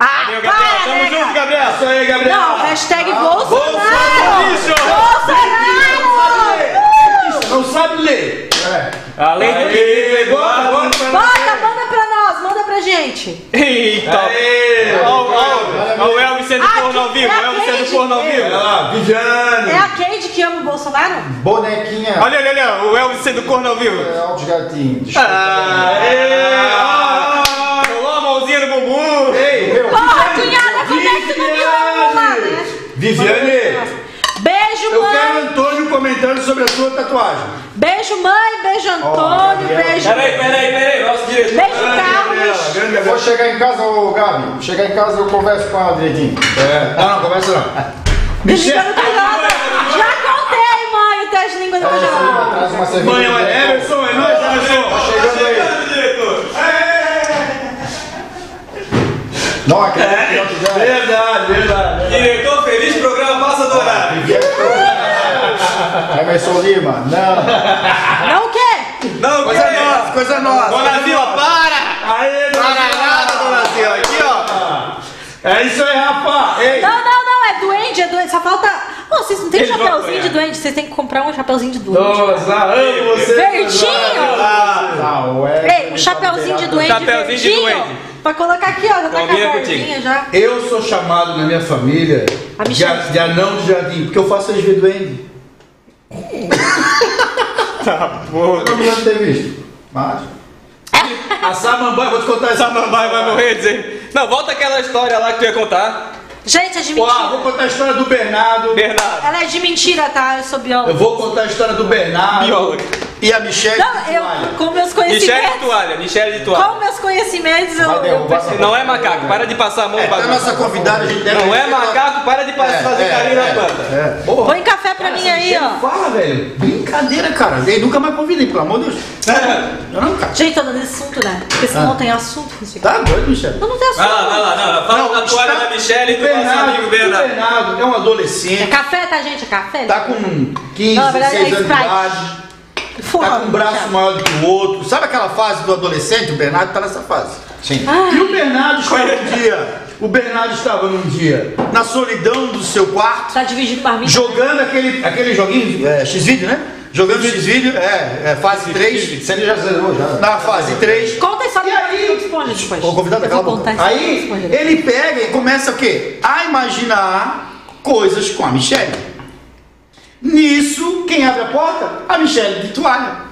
Speaker 2: Ah,
Speaker 1: Meu, Gabriela,
Speaker 2: para,
Speaker 1: tamo
Speaker 2: né,
Speaker 1: junto,
Speaker 2: cara?
Speaker 1: Gabriela. Isso aí, Gabriela.
Speaker 2: Não, hashtag
Speaker 5: Ah,
Speaker 2: Bolsonaro!
Speaker 1: Bolsonaro, bicho!
Speaker 2: Bolsonaro!
Speaker 4: Não sabe ler.
Speaker 1: Além do querido
Speaker 4: Bora,
Speaker 1: Eduardo.
Speaker 4: bora, bora.
Speaker 2: Bota, manda pra nós, manda pra gente!
Speaker 1: Eita. Olha o Elvis sendo
Speaker 2: Ah,
Speaker 1: é porno ao
Speaker 2: que
Speaker 1: vivo. O
Speaker 2: pra
Speaker 1: Elvis
Speaker 2: frente,
Speaker 1: sendo porno ao
Speaker 2: meu.
Speaker 1: vivo.
Speaker 4: Ah, Viviane.
Speaker 2: É a Cade que ama o Bolsonaro?
Speaker 3: Bonequinha.
Speaker 1: Olha, olha, olha. O Elvis sendo corno ao vivo.
Speaker 3: É, Altos gatinhos. Desculpa.
Speaker 4: Ah,
Speaker 1: Ah, Aê. ó. Rolou a mãozinha no bumbum.
Speaker 3: Meu,
Speaker 2: Porra, cunhada, como é que tu não me ama lá, né?
Speaker 4: Viviane.
Speaker 2: Beijo,
Speaker 4: Eu
Speaker 2: mãe!
Speaker 4: quero Antônio comentando sobre a sua tatuagem.
Speaker 2: Beijo, mãe! Beijo, Antônio! beijo,
Speaker 1: Peraí, peraí, peraí. Nosso diretor.
Speaker 2: beijo
Speaker 4: Gabriela,
Speaker 2: Carlos!
Speaker 4: grande
Speaker 3: eu vou
Speaker 4: Gabriela.
Speaker 3: chegar em casa, ô Gabi. Chegar em casa eu converso com ela direitinho.
Speaker 4: É, Não, não, começa não.
Speaker 2: Beijo, Carlos! Já contei, mãe, o teste de língua da
Speaker 3: Ela sempre
Speaker 2: Bajana!
Speaker 3: traz uma cerveja.
Speaker 4: Mãe, é Emerson, é nóis, Emerson.
Speaker 3: Chegando aí.
Speaker 1: diretor.
Speaker 3: Não acredito
Speaker 4: É.
Speaker 3: que não tiver.
Speaker 1: Ah,
Speaker 4: Verdade, verdade.
Speaker 1: Diretor, feliz programa. Passa do horário.
Speaker 3: Emerson Lima, não.
Speaker 2: Não o quê?
Speaker 1: Não,
Speaker 4: Coisa
Speaker 1: é
Speaker 4: nossa, coisa nossa.
Speaker 1: Dona Zila, para.
Speaker 4: Aê, dona
Speaker 1: Pararada,
Speaker 4: Zilda.
Speaker 1: dona Zila. Aqui, ó.
Speaker 4: É isso aí, Rafa. Ei.
Speaker 2: Não, não, não, é duende, é duende, só falta. Ô, vocês não têm
Speaker 1: Eles vão
Speaker 2: chapeuzinho de
Speaker 1: apanhar.
Speaker 2: duende, vocês têm que comprar um chapeuzinho de duende.
Speaker 4: Nossa, amo você.
Speaker 2: Verdinho!
Speaker 1: Ah.
Speaker 3: Não, é.
Speaker 2: Ei, um chapeuzinho de duende.
Speaker 1: Chapeuzinho de
Speaker 2: verdinho,
Speaker 1: duende.
Speaker 2: Pra colocar aqui, ó, já tá com a
Speaker 1: Combina
Speaker 2: bordinha
Speaker 1: contigo.
Speaker 2: já.
Speaker 4: Eu sou chamado na minha família
Speaker 2: A
Speaker 4: de,
Speaker 2: Michelle.
Speaker 4: de anão de jardim, porque eu faço eles ver duende.
Speaker 3: Eu não me lembro de ter visto. Mas.
Speaker 2: É.
Speaker 4: A Samambaia, vou te contar essa
Speaker 1: Samambaia vai morrer, dizer. Não, volta aquela história lá que tu ia contar.
Speaker 2: Gente, é de
Speaker 4: Ó, ah, vou
Speaker 2: mentira.
Speaker 4: contar a história do Bernardo.
Speaker 1: Bernardo.
Speaker 2: Ela é de mentira, tá? Eu sou bióloga.
Speaker 4: Eu vou contar a história do Bernardo.
Speaker 1: Biólogo.
Speaker 4: E a Michelle.
Speaker 2: Não, eu, com meus
Speaker 1: Michele de
Speaker 2: conhecimentos.
Speaker 1: toalha, Michele de toalha.
Speaker 2: Com meus conhecimentos, eu.
Speaker 3: Vai derrubar
Speaker 2: eu-
Speaker 3: essa
Speaker 1: Não é macaco, para de passar a mão no
Speaker 4: É a
Speaker 1: bagulho.
Speaker 4: nossa convidada, a gente deve.
Speaker 1: Não é macaco, para de
Speaker 4: É,
Speaker 1: passar, fazer carinho na planta.
Speaker 3: É.
Speaker 4: Porra,
Speaker 2: Põe café pra mim aí,
Speaker 4: Michelle,
Speaker 2: ó.
Speaker 4: Fala, velho. Brincadeira, cara. Eu nunca mais convidei, pelo amor de Deus.
Speaker 1: É.
Speaker 4: Eu não, cara.
Speaker 2: Gente, eu não tenho assunto, né? Porque senão não tem assunto. isso aqui.
Speaker 4: Ah. Tá doido, Michelle?
Speaker 2: Eu não tenho
Speaker 1: Vai lá, vai
Speaker 2: assunto.
Speaker 1: lá, não, não. Fala da toalha da Michele e do nosso amigo
Speaker 4: O
Speaker 1: Bernardo.
Speaker 4: Bernardo é um
Speaker 2: É
Speaker 4: adolescente,
Speaker 2: café, tá, gente? É café?
Speaker 4: tá com 15,
Speaker 2: Não, na verdade,
Speaker 4: 16
Speaker 2: é
Speaker 4: anos de
Speaker 2: Sprite.
Speaker 4: idade.
Speaker 2: Fome,
Speaker 4: Tá com um braço maior do que o outro. Sabe aquela fase do adolescente? O Bernardo tá nessa fase.
Speaker 3: Sim.
Speaker 4: E o Bernardo estava um dia. O Bernardo estava num dia na solidão do seu quarto,
Speaker 2: Tá dividindo marmita.
Speaker 4: jogando aquele, aquele joguinho é, X-Vídeo, né? Jogando X-Vídeo, é, é, fase 3.
Speaker 3: Ele já zerou já.
Speaker 4: Na fase 3.
Speaker 2: Conta isso
Speaker 4: E aí-
Speaker 2: aí, responde depois.
Speaker 4: Ô, convidado,
Speaker 2: Eu
Speaker 4: cala a
Speaker 2: vou
Speaker 4: boca.
Speaker 2: contar isso
Speaker 4: Aí
Speaker 2: depois.
Speaker 4: ele pega e começa o quê? A imaginar coisas com a Michelle. Nisso, quem abre a porta? A Michelle de toalha.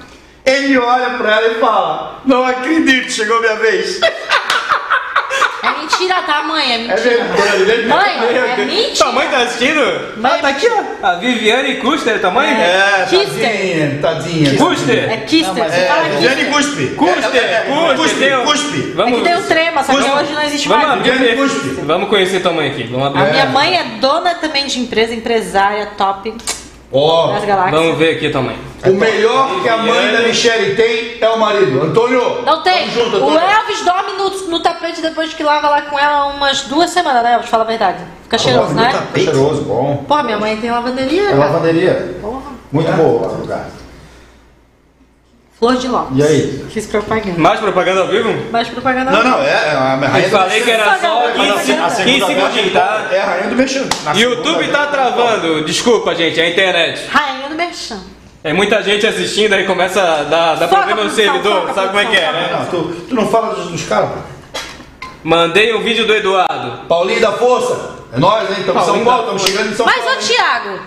Speaker 4: Ele olha pra ela e fala: Não acredito, chegou minha vez.
Speaker 2: É mentira, tá, mãe? É
Speaker 4: É
Speaker 2: mentira.
Speaker 4: verdade, né?
Speaker 2: Mãe, é
Speaker 1: Tua
Speaker 2: mentira.
Speaker 1: mãe tá assistindo?
Speaker 2: Mãe,
Speaker 4: tá aqui, ó.
Speaker 1: A Viviane Custer, tua mãe?
Speaker 4: É,
Speaker 2: Kister.
Speaker 4: tadinha, tadinha.
Speaker 2: É
Speaker 1: Custer?
Speaker 2: Kister, você fala
Speaker 4: É, Viviane
Speaker 2: Kister.
Speaker 4: Cuspe.
Speaker 1: Cuspe,
Speaker 4: É, é,
Speaker 1: cuspe,
Speaker 4: Cuspe,
Speaker 1: deu.
Speaker 4: Cuspe.
Speaker 2: É
Speaker 1: Vamos,
Speaker 2: que deu trema, só que
Speaker 1: Cuspe.
Speaker 2: hoje não existe
Speaker 1: vamos
Speaker 2: mais.
Speaker 1: abrir.
Speaker 4: Viviane Cuspe.
Speaker 1: Vamos conhecer tua mãe aqui. Vamos
Speaker 2: A
Speaker 1: abrir.
Speaker 2: minha mãe é dona também de empresa, empresária top
Speaker 4: Ó,
Speaker 2: das galáxias.
Speaker 1: Vamos ver aqui tua mãe.
Speaker 4: o melhor que a mãe da Michelle tem é o marido. Antônio.
Speaker 2: Não tem.
Speaker 4: tamo junto,
Speaker 2: o
Speaker 4: Antônio.
Speaker 2: Elvis dorme no, no tapete depois que lava lá com ela umas duas semanas, né, Elvis? Fala a verdade.
Speaker 4: Ah,
Speaker 2: Fica cheiroso, né?
Speaker 3: Tá cheiroso, bom.
Speaker 2: Porra, minha mãe tem lavanderia,
Speaker 3: É
Speaker 2: cara.
Speaker 3: lavanderia.
Speaker 2: Porra.
Speaker 3: Muito boa o lugar.
Speaker 2: Flor de Lopes.
Speaker 4: E aí?
Speaker 2: Fiz propaganda.
Speaker 1: Mais propaganda ao vivo?
Speaker 2: Mais propaganda
Speaker 4: Não, não, é, é a
Speaker 6: Eu
Speaker 4: rainha do
Speaker 6: falei que era só
Speaker 2: Mas a
Speaker 6: 15,
Speaker 2: segunda
Speaker 6: 15 segundinhos, tá?
Speaker 4: É a rainha do mexendo. Na
Speaker 1: YouTube
Speaker 3: é
Speaker 4: segunda-
Speaker 1: tá travando. Desculpa, gente, é a internet.
Speaker 2: Rainha do Merchan.
Speaker 1: É muita gente assistindo, aí começa a dar,
Speaker 2: Foca,
Speaker 1: dar problema no
Speaker 2: produção,
Speaker 1: servidor.
Speaker 2: foca,
Speaker 1: Sabe como é que é,
Speaker 2: produção,
Speaker 1: né?
Speaker 4: Não, tu, tu não fala dos, dos caras, pô.
Speaker 1: Mandei um vídeo do Eduardo.
Speaker 4: Paulinho da Força. É nós, hein? Estamos em São
Speaker 1: Paulinho da
Speaker 4: Paulo, estamos chegando em São
Speaker 2: Mas,
Speaker 4: Paulo.
Speaker 2: ô Thiago,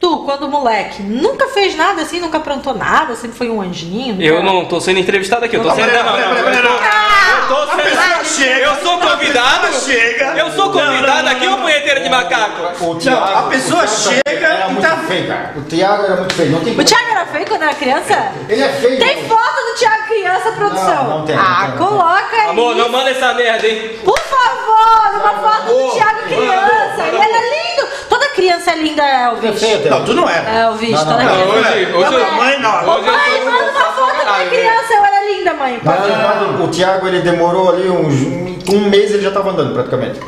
Speaker 2: tu, quando moleque, nunca fez nada assim, nunca aprontou nada, sempre foi um anjinho. nunca-
Speaker 6: Eu não tô sendo entrevistado aqui, eu tô
Speaker 4: Não,
Speaker 6: sendo.
Speaker 4: pera,
Speaker 6: não,
Speaker 4: pera,
Speaker 6: não,
Speaker 4: pera,
Speaker 6: eu
Speaker 4: pera,
Speaker 6: tô-
Speaker 2: Ah,
Speaker 6: Eu tô
Speaker 4: pessoa
Speaker 6: sendo.
Speaker 4: chega,
Speaker 6: Eu sou convidado.
Speaker 4: chega.
Speaker 6: Eu sou convidado aqui, ô punheteiro de macaco.
Speaker 3: O
Speaker 4: Não, a pessoa
Speaker 3: o Thiago
Speaker 4: chega
Speaker 3: também era
Speaker 4: e
Speaker 3: muito
Speaker 4: tá-
Speaker 3: feio, cara. O Thiago era muito feio, não tem
Speaker 2: O Thiago era feio quando era criança?
Speaker 3: Ele é feio.
Speaker 2: Tem foto do Thiago criança, produção?
Speaker 3: Não, não tem, não
Speaker 2: ah,
Speaker 3: tem, não tem.
Speaker 2: coloca aí.
Speaker 6: Amor, não manda essa merda, hein?
Speaker 2: Por favor, uma foto do
Speaker 4: amor,
Speaker 2: Thiago criança. Ele era lindo. Toda criança é linda,
Speaker 3: Ele é
Speaker 2: Elvis.
Speaker 3: feio, Thiago.
Speaker 4: Não, tu não é.
Speaker 2: Elvis,
Speaker 3: Não, não,
Speaker 2: toda
Speaker 3: não,
Speaker 2: criança.
Speaker 1: Hoje, hoje,
Speaker 4: Não, mãe, não.
Speaker 1: hoje eu
Speaker 2: Mãe, manda uma foto da
Speaker 1: né?
Speaker 2: minha criança. Eu era linda, mãe.
Speaker 3: Mas,
Speaker 2: Pode-
Speaker 3: mas o Thiago ele demorou ali uns um, um mês ele já tava andando praticamente.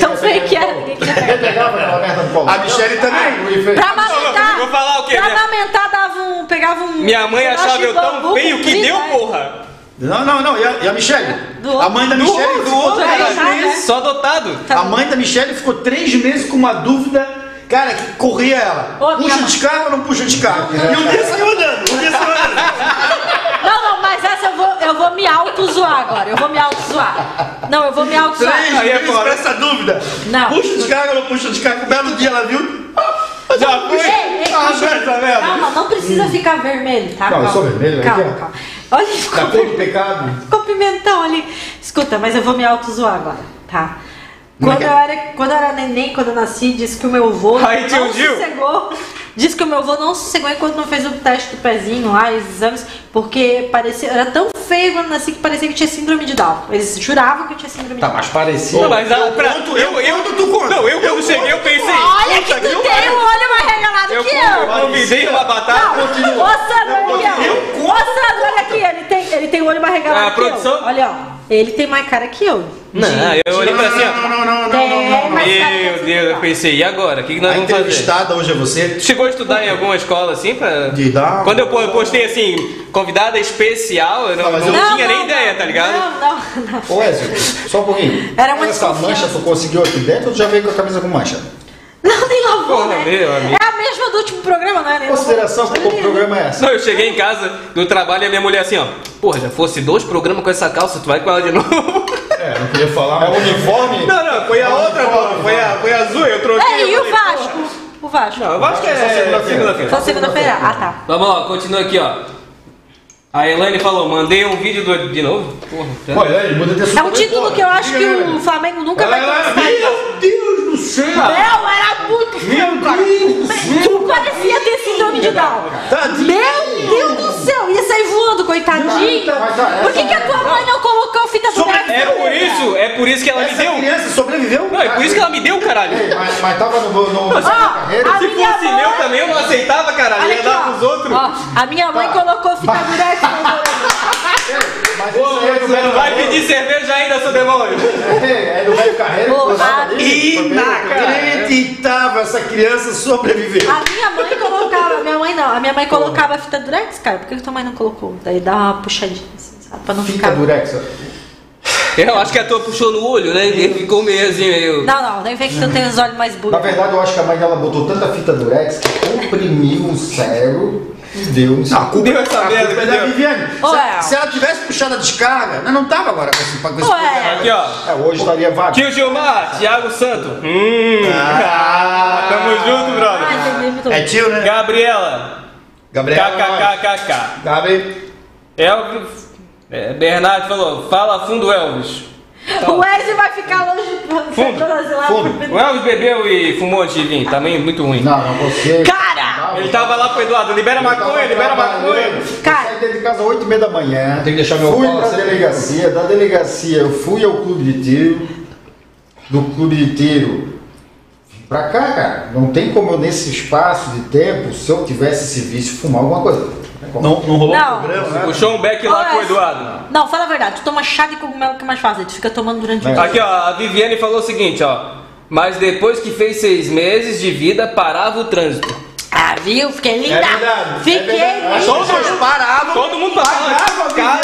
Speaker 2: Tão feio que era.
Speaker 3: Ele pegava aquela merda do Paulo.
Speaker 4: A Michelle também.
Speaker 3: Ele fez.
Speaker 2: Pra amamentar.
Speaker 1: Vou falar o quê?
Speaker 2: Pra
Speaker 1: Minha-
Speaker 2: amamentar, dava um. Pegava um.
Speaker 1: Minha mãe
Speaker 2: um
Speaker 1: achava
Speaker 2: de
Speaker 1: eu tão
Speaker 2: bambu
Speaker 1: feio
Speaker 2: com
Speaker 1: que
Speaker 2: fita,
Speaker 1: deu,
Speaker 2: né?
Speaker 1: porra.
Speaker 4: Não, não, não. E a, e a Michelle?
Speaker 2: Do outro.
Speaker 4: a mãe da Michelle
Speaker 1: Do outro,
Speaker 2: Tá
Speaker 1: cara.
Speaker 2: errado, né?
Speaker 1: Só adotado.
Speaker 2: Tá
Speaker 4: A
Speaker 2: bom.
Speaker 4: mãe da Michelle ficou três meses com uma dúvida. Cara, que corria ela.
Speaker 2: Ô, minha
Speaker 4: puxa
Speaker 2: mãe.
Speaker 4: de carro ou não puxa de carro? E um dia saiu andando, um dia saiu andando.
Speaker 2: Não, não, mas essa eu vou, eu vou me auto-zoar agora. Eu vou me auto-zoar. Não, eu vou me auto-zoar.
Speaker 4: Três
Speaker 1: Aí é
Speaker 4: meses
Speaker 1: agora.
Speaker 4: pra essa dúvida.
Speaker 2: Não.
Speaker 4: Puxa de carro ou não puxa de carro? Um belo dia ela viu. Ah, Já fui.
Speaker 2: Ei, ei,
Speaker 4: Ah,
Speaker 2: calma.
Speaker 4: essa merda.
Speaker 2: Calma, não precisa ficar vermelho, tá?
Speaker 3: Não, eu
Speaker 2: Calma.
Speaker 3: sou vermelho, né?
Speaker 2: Calma,
Speaker 3: Aqui, ó.
Speaker 2: calma. Olha, ficou,
Speaker 3: Tá feio de pecado.
Speaker 2: ficou pimentão ali. Escuta, mas eu vou me auto-zoar agora, tá? Quando eu, era, quando eu era neném, quando eu nasci, disse que o meu avô
Speaker 1: Aí, tio
Speaker 2: não
Speaker 1: Gil.
Speaker 2: sossegou. Disse que o meu avô não sossegou enquanto não fez o teste do pezinho lá, os exames, porque parecia, era tão feio quando eu nasci que parecia que tinha síndrome de Down. Eles juravam que eu tinha síndrome de Down.
Speaker 3: mas parecia.
Speaker 1: Não,
Speaker 6: ah,
Speaker 1: mas a,
Speaker 4: eu
Speaker 1: pra,
Speaker 4: conto, eu conto, tu conta.
Speaker 1: Não, eu quando
Speaker 4: Eu
Speaker 1: cheguei, eu
Speaker 4: conto, tu
Speaker 1: pensei.
Speaker 2: Olha que tu tem
Speaker 1: puta
Speaker 2: o
Speaker 1: que pariu.
Speaker 2: olho mais regalado
Speaker 1: Eu
Speaker 2: que eu!
Speaker 1: convidei uma
Speaker 2: Não, é
Speaker 1: batata.
Speaker 2: ô Sandro, olha aqui, ó. Ô Sandro, olha é aqui, ele tem, ele tem o olho mais regalado
Speaker 1: Ah,
Speaker 2: que
Speaker 1: produção?
Speaker 2: eu. Olha, ó. Ele tem mais cara que eu.
Speaker 6: Não, eu olhei pra assim, ó.
Speaker 4: Não, não, não, não,
Speaker 2: Tem
Speaker 4: não, não, não.
Speaker 2: mais cara que
Speaker 6: Meu
Speaker 2: eu.
Speaker 6: Deus, eu pensei, e agora? O que, que nós
Speaker 4: A
Speaker 6: vamos fazer?
Speaker 4: entrevistada hoje é você.
Speaker 6: Tu Chegou a estudar em alguma escola assim pra.
Speaker 4: De dar-
Speaker 6: Quando eu po- eu postei assim, convidada especial, eu não,
Speaker 4: Não, mas
Speaker 6: não
Speaker 4: eu-
Speaker 6: tinha nem ideia, tá ligado?
Speaker 2: Não, não, não.
Speaker 3: Ô Ezio, só um pouquinho.
Speaker 2: Era uma
Speaker 3: Essa
Speaker 2: desconfiança.
Speaker 3: mancha tu conseguiu aqui dentro ou tu já veio com a camisa com mancha?
Speaker 2: Não, nem lavou,
Speaker 6: Porra,
Speaker 2: né?
Speaker 6: meu amigo.
Speaker 2: É a mesma do último programa, não é? Nem lavou.
Speaker 3: Consideração que o programa é essa.
Speaker 6: Não, eu cheguei em casa do trabalho e a minha mulher assim, ó. Porra, já fosse dois programas com essa calça, tu vai com ela de novo.
Speaker 4: É, não queria falar.
Speaker 3: É o uniforme?
Speaker 1: Não, não, foi a outra agora. Foi a, foi a azul, eu troquei.
Speaker 2: É, e
Speaker 1: eu
Speaker 2: o
Speaker 1: falei,
Speaker 2: Vasco? O Vasco.
Speaker 1: Não, eu acho que é
Speaker 3: Só segunda-feira.
Speaker 1: segunda-feira.
Speaker 2: Só segunda-feira. Ah, tá.
Speaker 6: Vamos lá, continua aqui, ó. A Elaine falou, mandei um vídeo do... de novo. Porra, tá. já-
Speaker 3: Olha, ele muda de assunto,
Speaker 2: É um título
Speaker 3: porra.
Speaker 2: que eu acho que
Speaker 3: Diga, né?
Speaker 2: o Flamengo nunca vai conquistar.
Speaker 4: Meu Deus do céu!
Speaker 2: Meu, era muito feio, cara. Tu parecia ter síndrome de Down.
Speaker 3: Tá
Speaker 4: Tadinho.
Speaker 2: Meu Deus do céu, ia sair voando, coitadinho.
Speaker 3: Mas, ó,
Speaker 2: Por que,
Speaker 3: essa-
Speaker 2: que a tua mãe não colocou fita do
Speaker 4: Sobre-
Speaker 2: nariz?
Speaker 6: É por isso, é por isso que ela me
Speaker 4: Essa
Speaker 6: deu.
Speaker 4: criança sobreviveu?
Speaker 6: Não, é por isso que ela me deu, caralho.
Speaker 3: Ei, Mas, mas tava no, no, no
Speaker 2: Ó, a
Speaker 1: Se
Speaker 2: minha
Speaker 1: fosse
Speaker 2: mãe-
Speaker 1: meu também, eu não aceitava, caralho.
Speaker 2: Olha
Speaker 1: Ia
Speaker 2: aqui,
Speaker 1: dar
Speaker 2: ó.
Speaker 1: pros outros.
Speaker 2: Ó, a minha mãe colocou fita do nariz.
Speaker 3: Mas isso aí é do velho
Speaker 1: Vai
Speaker 3: carreiro.
Speaker 1: pedir cerveja ainda, seu demônio.
Speaker 3: É do velho carreiro.
Speaker 2: Ô,
Speaker 3: que tá usava
Speaker 2: a-
Speaker 3: ali, foi bem-
Speaker 4: Inacreditável essa criança sobreviveu.
Speaker 2: A minha mãe colocava, a minha mãe não, a minha mãe colocava a fita durex, cara. Por que, que tua mãe não colocou? Daí dá uma puxadinha assim, sabe? Pra não
Speaker 3: Fica
Speaker 2: ficar.
Speaker 3: durex.
Speaker 6: Eu acho que a tua puxou no olho, né? Ele ficou meio assim, meio...
Speaker 2: Não, não, nem vem que tu tem os olhos mais
Speaker 3: Na
Speaker 2: burros.
Speaker 3: verdade, eu acho que a mãe dela botou tanta fita durex que comprimiu o cérebro e deu um nisso.
Speaker 4: Não, a culpa
Speaker 1: Deu essa
Speaker 2: Ah,
Speaker 4: a
Speaker 1: merda,
Speaker 4: culpa é
Speaker 1: deu.
Speaker 4: da Viviane.
Speaker 2: Ô,
Speaker 4: Se-
Speaker 2: El.
Speaker 4: se, ela tivesse puxado a descarga, nós não tava agora com esse com esse
Speaker 2: Ô, El.
Speaker 4: problema.
Speaker 1: Aqui, ó.
Speaker 3: É, hoje estaria vago.
Speaker 1: Tio Gilmar, Thiago Santo. Hum.
Speaker 4: Ah.
Speaker 1: Tamo junto, brother.
Speaker 2: Ai, Deus me livre, tô-
Speaker 4: É tio, né?
Speaker 1: Gabriela.
Speaker 2: É
Speaker 4: Gabriel.
Speaker 1: KKKKK.
Speaker 4: Gabriel.
Speaker 1: Elvis. É, Bernardo falou, fala fundo, Elvis.
Speaker 2: O Wesley vai ficar longe do
Speaker 1: Fundo, O Elvis bebeu e fumou antes de vir, também muito ruim.
Speaker 3: Não, não, você.
Speaker 2: Cara!
Speaker 1: Ele tava lá pro Eduardo, libera maconha, libera
Speaker 3: né?
Speaker 1: maconha.
Speaker 2: Cara.
Speaker 3: Cara, saí de casa 8 e meia da manhã.
Speaker 4: Tem que deixar meu
Speaker 3: Fui
Speaker 4: cola
Speaker 3: pra
Speaker 4: sempre. assim.
Speaker 3: delegacia, da delegacia eu fui ao clube de tiro, do clube de tiro pra cá, cara. Não tem como eu, nesse espaço de tempo, se eu tivesse esse vício, fumar alguma coisa.
Speaker 4: Não, não rolou
Speaker 2: Não.
Speaker 4: o programa, né?
Speaker 1: Puxou um beck lá
Speaker 2: Ô,
Speaker 1: com o
Speaker 2: Elvis.
Speaker 1: Eduardo.
Speaker 2: Não, fala a verdade, tu toma chá de cogumelo que é mais fácil, tu fica tomando durante o
Speaker 1: É.
Speaker 2: dia.
Speaker 6: Aqui, ó, a Viviane falou o seguinte, ó. Mas depois que fez seis meses de vida, parava o trânsito.
Speaker 2: Ah, viu? Fiquei linda.
Speaker 7: verdade, é
Speaker 2: Fiquei
Speaker 7: verdade.
Speaker 2: linda.
Speaker 8: Todos paravam. Todo mundo
Speaker 1: né?
Speaker 8: parava. Cara,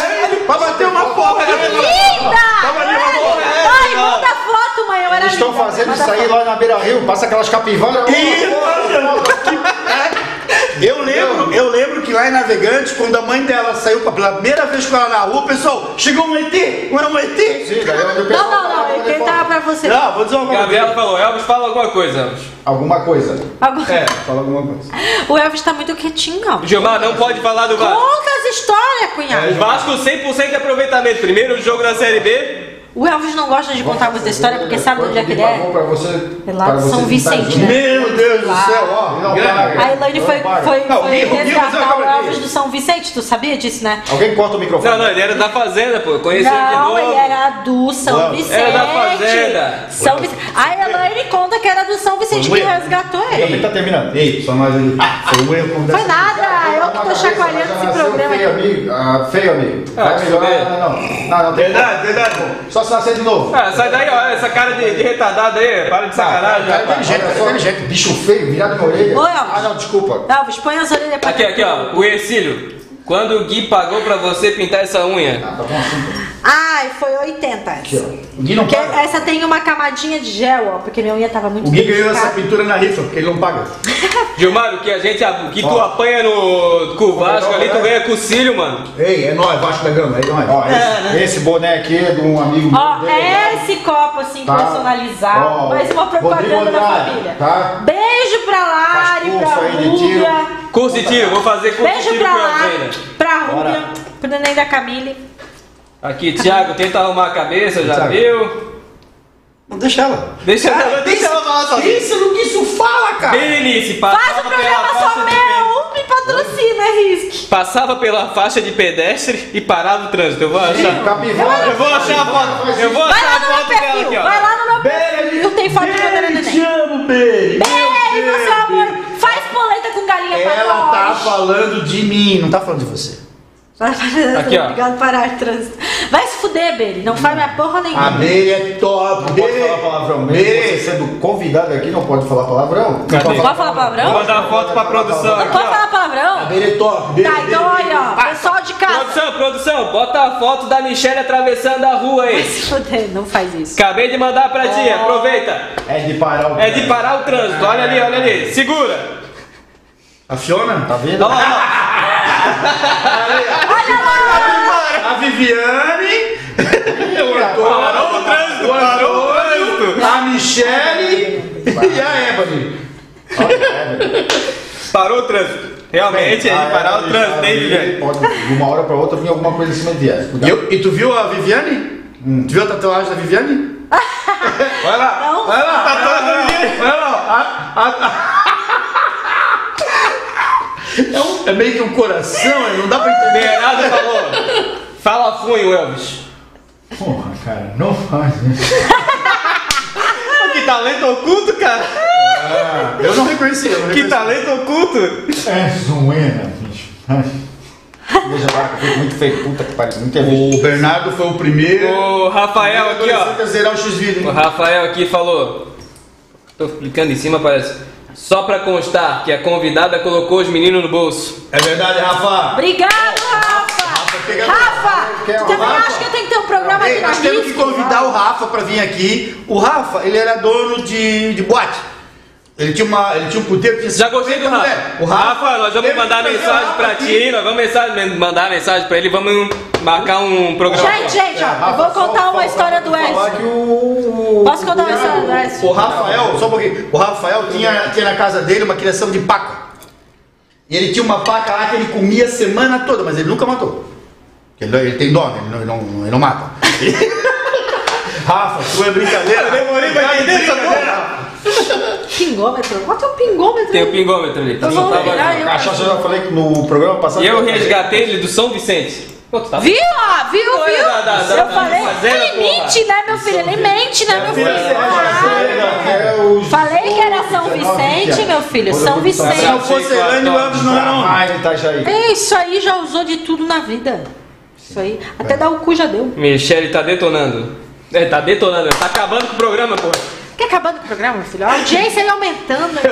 Speaker 8: pra bater uma porra.
Speaker 4: né?
Speaker 2: Linda!
Speaker 8: Tava ali,
Speaker 2: Olha,
Speaker 8: amor, é,
Speaker 2: Mãe,
Speaker 8: não.
Speaker 2: manda foto, mãe. Eu era
Speaker 3: Eles estão
Speaker 2: linda.
Speaker 3: fazendo
Speaker 2: Manda
Speaker 3: isso aí
Speaker 2: foto.
Speaker 3: lá na beira rio, passa aquelas capivaras.
Speaker 4: Eu lembro, eu lembro que lá em Navegantes, quando a mãe dela saiu pela primeira vez com ela na rua, o pessoal, chegou um ET, não era um ET?
Speaker 3: Sim, daí é eu- eu penso-
Speaker 2: Não, não, tá não. Eu tentava pra você.
Speaker 4: Não, vou dizer uma coisa.
Speaker 1: Gabriela falou, Elvis, fala alguma coisa, Elvis.
Speaker 3: Alguma coisa.
Speaker 2: Agora,
Speaker 3: Fala alguma coisa.
Speaker 2: O Elvis tá muito quietinho, ó.
Speaker 8: Gilmar, não pode falar do Vasco.
Speaker 2: Conta as histórias,
Speaker 1: É,
Speaker 8: O
Speaker 2: cunhado.
Speaker 8: Vasco 100% de aproveitamento. Primeiro jogo da Série B.
Speaker 2: O Elvis não gosta de contar muita história porque sabe onde é que ele é.
Speaker 3: Pra você,
Speaker 2: É lá
Speaker 3: pra
Speaker 2: de
Speaker 3: você
Speaker 2: São
Speaker 3: tentar
Speaker 2: Vicente,
Speaker 3: junto.
Speaker 2: né?
Speaker 4: Meu Deus do
Speaker 2: Lá.
Speaker 4: céu, ó.
Speaker 3: Não, para.
Speaker 2: A Elaine foi,
Speaker 3: para.
Speaker 2: foi, foi
Speaker 4: Não, o Guilherme- o Guilherme fez uma
Speaker 2: resgatar o
Speaker 4: cobra
Speaker 2: Elvis
Speaker 4: dele.
Speaker 2: do São Vicente, tu sabia disso, né?
Speaker 3: Alguém corta o microfone.
Speaker 1: Não, não, ele era da Fazenda, pô. Conheceu ele é de
Speaker 2: Não, ele
Speaker 1: novo.
Speaker 2: era do São
Speaker 4: Não,
Speaker 2: Vicente.
Speaker 1: era da fazenda.
Speaker 2: São Vicente. A Elaine conta que era do São Vicente que
Speaker 4: Foi um erro.
Speaker 2: resgatou
Speaker 1: Então,
Speaker 3: Também
Speaker 2: ele.
Speaker 3: tá terminando.
Speaker 4: Ei, só nós ali.
Speaker 1: Ah.
Speaker 4: Foi um erro.
Speaker 2: É. Foi nada, eu que
Speaker 3: Na
Speaker 2: tô
Speaker 3: cabeça,
Speaker 2: chacoalhando
Speaker 3: já
Speaker 2: esse
Speaker 3: nasceu
Speaker 2: programa
Speaker 3: assim, ah, Feio
Speaker 2: aqui.
Speaker 3: amigo. Ah, feio amigo.
Speaker 1: Ah,
Speaker 3: Vai
Speaker 1: se
Speaker 3: melhorar.
Speaker 1: fuder.
Speaker 3: Não, não, não. Não, não tem
Speaker 4: Verdade, verdade.
Speaker 3: como. Só se nascer de novo. Ah,
Speaker 8: Ah, sai daí, ó. Essa cara de, de retardado aí. Para de sacanagem.
Speaker 3: Cara
Speaker 8: rapaz.
Speaker 3: inteligente, cara inteligente. Bicho feio, virado na orelha.
Speaker 2: Ô, Elvis.
Speaker 3: Ah, não, desculpa.
Speaker 2: Elvis, põe as orelhas pra
Speaker 1: Aqui, aqui, ó. O Ercílio. Quando o Gui pagou pra você pintar essa unha?
Speaker 3: Ah, tá bom assim.
Speaker 2: Ai, foi 80
Speaker 3: Aqui,
Speaker 2: essa.
Speaker 3: ó. O Gui não
Speaker 2: Porque
Speaker 3: paga.
Speaker 2: essa tem uma camadinha de gel, ó, porque minha unha tava muito
Speaker 4: O Gui ganhou essa
Speaker 2: danificada.
Speaker 4: pintura na rifa, porque ele não paga.
Speaker 8: Gilmar, o que a gente. O que tu apanha no, com o Vasco ali, tu ganha com o Cílio, mano.
Speaker 4: Ei, é nós, Vasco da Gama, é nós.
Speaker 3: Ó, esse, esse boné aqui é de um amigo
Speaker 2: né? Ó,
Speaker 3: dele,
Speaker 2: é esse copo assim
Speaker 3: Tá.
Speaker 2: personalizado,
Speaker 3: Ó,
Speaker 2: mais uma propaganda
Speaker 3: Rodrigo
Speaker 2: da
Speaker 3: Andrade,
Speaker 2: família.
Speaker 3: tá?
Speaker 2: Beijo pra Lari,
Speaker 3: Faz
Speaker 2: pra
Speaker 3: curso aí de
Speaker 2: Rúbia.
Speaker 3: tiro.
Speaker 8: Curso de tiro, vou fazer curso de
Speaker 2: Beijo
Speaker 8: tiro
Speaker 2: pra
Speaker 8: com a
Speaker 2: Lari,
Speaker 8: Alveira.
Speaker 2: pra Rúbia, pro neném da Camille.
Speaker 1: Aqui, Thiago, tenta arrumar a cabeça, já
Speaker 4: Thiago.
Speaker 1: viu?
Speaker 4: Não deixa ela.
Speaker 1: Deixa ela, deixa ela falar
Speaker 4: Pensa,
Speaker 1: sozinha.
Speaker 4: pensa no que isso fala, cara.
Speaker 1: Berenice,
Speaker 2: Ah, Faz o
Speaker 1: passava pela
Speaker 2: programa só
Speaker 1: faixa é de pedestre.
Speaker 2: meu, me patrocina, Risk.
Speaker 1: Passava pela faixa de pedestre e parava o trânsito. Eu vou achar.
Speaker 3: Capivara.
Speaker 1: Eu vou achar a foto. Eu vou
Speaker 2: Vai lá
Speaker 1: achar
Speaker 2: no
Speaker 1: a
Speaker 2: meu
Speaker 1: foto dela aqui,
Speaker 2: perfil, vai
Speaker 1: ó.
Speaker 2: lá no meu perfil. Eu tenho foto do meu neném.
Speaker 7: Te amo, Beri.
Speaker 2: Ei, você é amor, faz polenta com galinha pra
Speaker 4: Ela
Speaker 2: nós.
Speaker 4: tá falando de mim, não tá falando de você.
Speaker 1: Aqui, ó.
Speaker 2: Obrigado por parar trânsito. Vai se fuder, Beli. Não faz minha porra nenhuma.
Speaker 4: A Meire é top.
Speaker 3: Não pode falar palavrão mesmo. Você sendo convidado aqui não pode falar palavrão.
Speaker 1: Cadê?
Speaker 2: Pode falar palavrão?
Speaker 1: Vou mandar a foto pra produção
Speaker 2: Não
Speaker 1: aqui,
Speaker 2: pode
Speaker 1: ó.
Speaker 2: falar palavrão?
Speaker 4: Meire é top. Meire,
Speaker 2: Tá,
Speaker 4: Meire,
Speaker 2: então
Speaker 4: Meire.
Speaker 2: olha, ó. Pessoal de casa.
Speaker 1: Produção, produção, bota a foto da Michelle atravessando a rua
Speaker 2: Vai
Speaker 1: aí.
Speaker 2: se fuder, não faz isso.
Speaker 1: Acabei de mandar pra ti, aproveita.
Speaker 3: É de parar o
Speaker 1: É de parar o trânsito, olha ali, olha ali. Segura.
Speaker 4: A Fiona?
Speaker 3: Tá vendo?
Speaker 1: Olha lá,
Speaker 4: A Viviane. o Antônio.
Speaker 8: Parou o trânsito,
Speaker 4: O
Speaker 8: parou o
Speaker 4: Antônio,
Speaker 8: trânsito.
Speaker 4: A Michele. E a Ebony.
Speaker 8: Parou o trânsito. Realmente, é de parar o trânsito, hein, Viviane?
Speaker 3: Pode, de uma hora pra outra, vir alguma coisa em cima de ela.
Speaker 4: E, eu- e tu viu a Viviane? Tu viu a tatuagem da Viviane? Olha lá.
Speaker 2: Não.
Speaker 4: Olha lá.
Speaker 1: Tá
Speaker 8: Tatuagem da Viviane.
Speaker 4: Olha lá. A- a- a- É, um- é meio que um coração, não dá pra entender.
Speaker 8: Bernardo falou. Fala funho, Elvis.
Speaker 3: Porra, cara, não faz isso.
Speaker 8: Que talento oculto, cara.
Speaker 4: Eu não reconheci. Eu não
Speaker 8: Que
Speaker 4: reconheci.
Speaker 8: talento oculto.
Speaker 3: É zoeira, bicho. Ai. Veja lá, que eu fico muito feio, puta que pariu. Muita vez.
Speaker 4: O Bernardo foi o primeiro.
Speaker 1: o Rafael aqui, ó.
Speaker 4: adolescente a zerar o X-Video.
Speaker 1: O Rafael aqui falou. Tô clicando em cima, parece. Só pra constar que a convidada colocou os meninos no bolso.
Speaker 4: É verdade, Rafa.
Speaker 2: Obrigado, Rafa!
Speaker 4: pega-
Speaker 2: Rafa!
Speaker 3: Quer
Speaker 2: Tu também
Speaker 3: Rafa?
Speaker 2: acha que eu tenho que ter um programa
Speaker 4: Ei,
Speaker 2: aqui na
Speaker 4: nós temos que
Speaker 2: Disque?
Speaker 4: convidar o Rafa pra vir aqui. O Rafa, ele era dono de, de boate. Ele tinha, uma, ele tinha um puteiro que tinha
Speaker 1: Já gostei do
Speaker 4: 50
Speaker 1: Rafa.
Speaker 4: mulheres.
Speaker 1: O Rafa, nós
Speaker 4: temos
Speaker 1: vamos
Speaker 4: que
Speaker 1: mandar
Speaker 4: trazer o
Speaker 1: mensagem
Speaker 4: Rafa
Speaker 1: pra
Speaker 4: aqui.
Speaker 1: ti, nós vamos mensagem, mandar mensagem pra ele, vamos marcar um programa.
Speaker 2: Gente, gente, ó, eu
Speaker 3: É, Rafa,
Speaker 2: vou
Speaker 3: só
Speaker 2: contar uma
Speaker 3: falta
Speaker 2: história do
Speaker 3: falar que
Speaker 2: Edson.
Speaker 3: o-
Speaker 2: Posso contar uma
Speaker 3: o-
Speaker 2: história do Edson?
Speaker 4: O Rafael, só um pouquinho. O Rafael tinha, tinha na casa dele uma criação de paca. E ele tinha uma paca lá que ele comia a semana toda, mas ele nunca matou. Ele, ele tem dó, ele não, ele não, ele não mata. Rafa, tu é brincadeira.
Speaker 1: né?
Speaker 4: Eu demorei pra entender essa porra.
Speaker 2: Pingômetro?
Speaker 3: é
Speaker 2: Bota um pingômetro.
Speaker 1: Tem o
Speaker 2: aí.
Speaker 1: pingômetro ali. tá
Speaker 2: Eu vou virar eu.
Speaker 3: A Chacha, eu já falei que no programa passado.
Speaker 1: E eu resgatei ele do São Vicente. Pô, tu tá
Speaker 2: Viu, ó? Viu,
Speaker 1: Olha,
Speaker 2: viu?
Speaker 1: dá, dá, dá,
Speaker 2: Eu
Speaker 1: dá,
Speaker 2: falei.
Speaker 1: fazenda,
Speaker 2: Ele
Speaker 1: porra. É
Speaker 2: mente, né, meu filho? Ele mente, né, meu
Speaker 3: Era-
Speaker 2: filho? Ah,
Speaker 3: era- é era os
Speaker 2: Falei que era São
Speaker 3: 19,
Speaker 2: Vicente, meu filho.
Speaker 3: Quando eu
Speaker 2: São
Speaker 3: fui pra
Speaker 2: Vicente.
Speaker 4: Se não fosse Elane, É o Elvis não era homem.
Speaker 3: Ai, Itajaí.
Speaker 2: É, Isso aí já usou de tudo na vida. Isso aí. Até dar o cu já deu.
Speaker 1: É, Michele tá detonando. É, tá detonando, tá acabando com o programa, pô.
Speaker 2: Quer acabando com o programa, filho? A audiência ia aumentando.
Speaker 1: Como é que,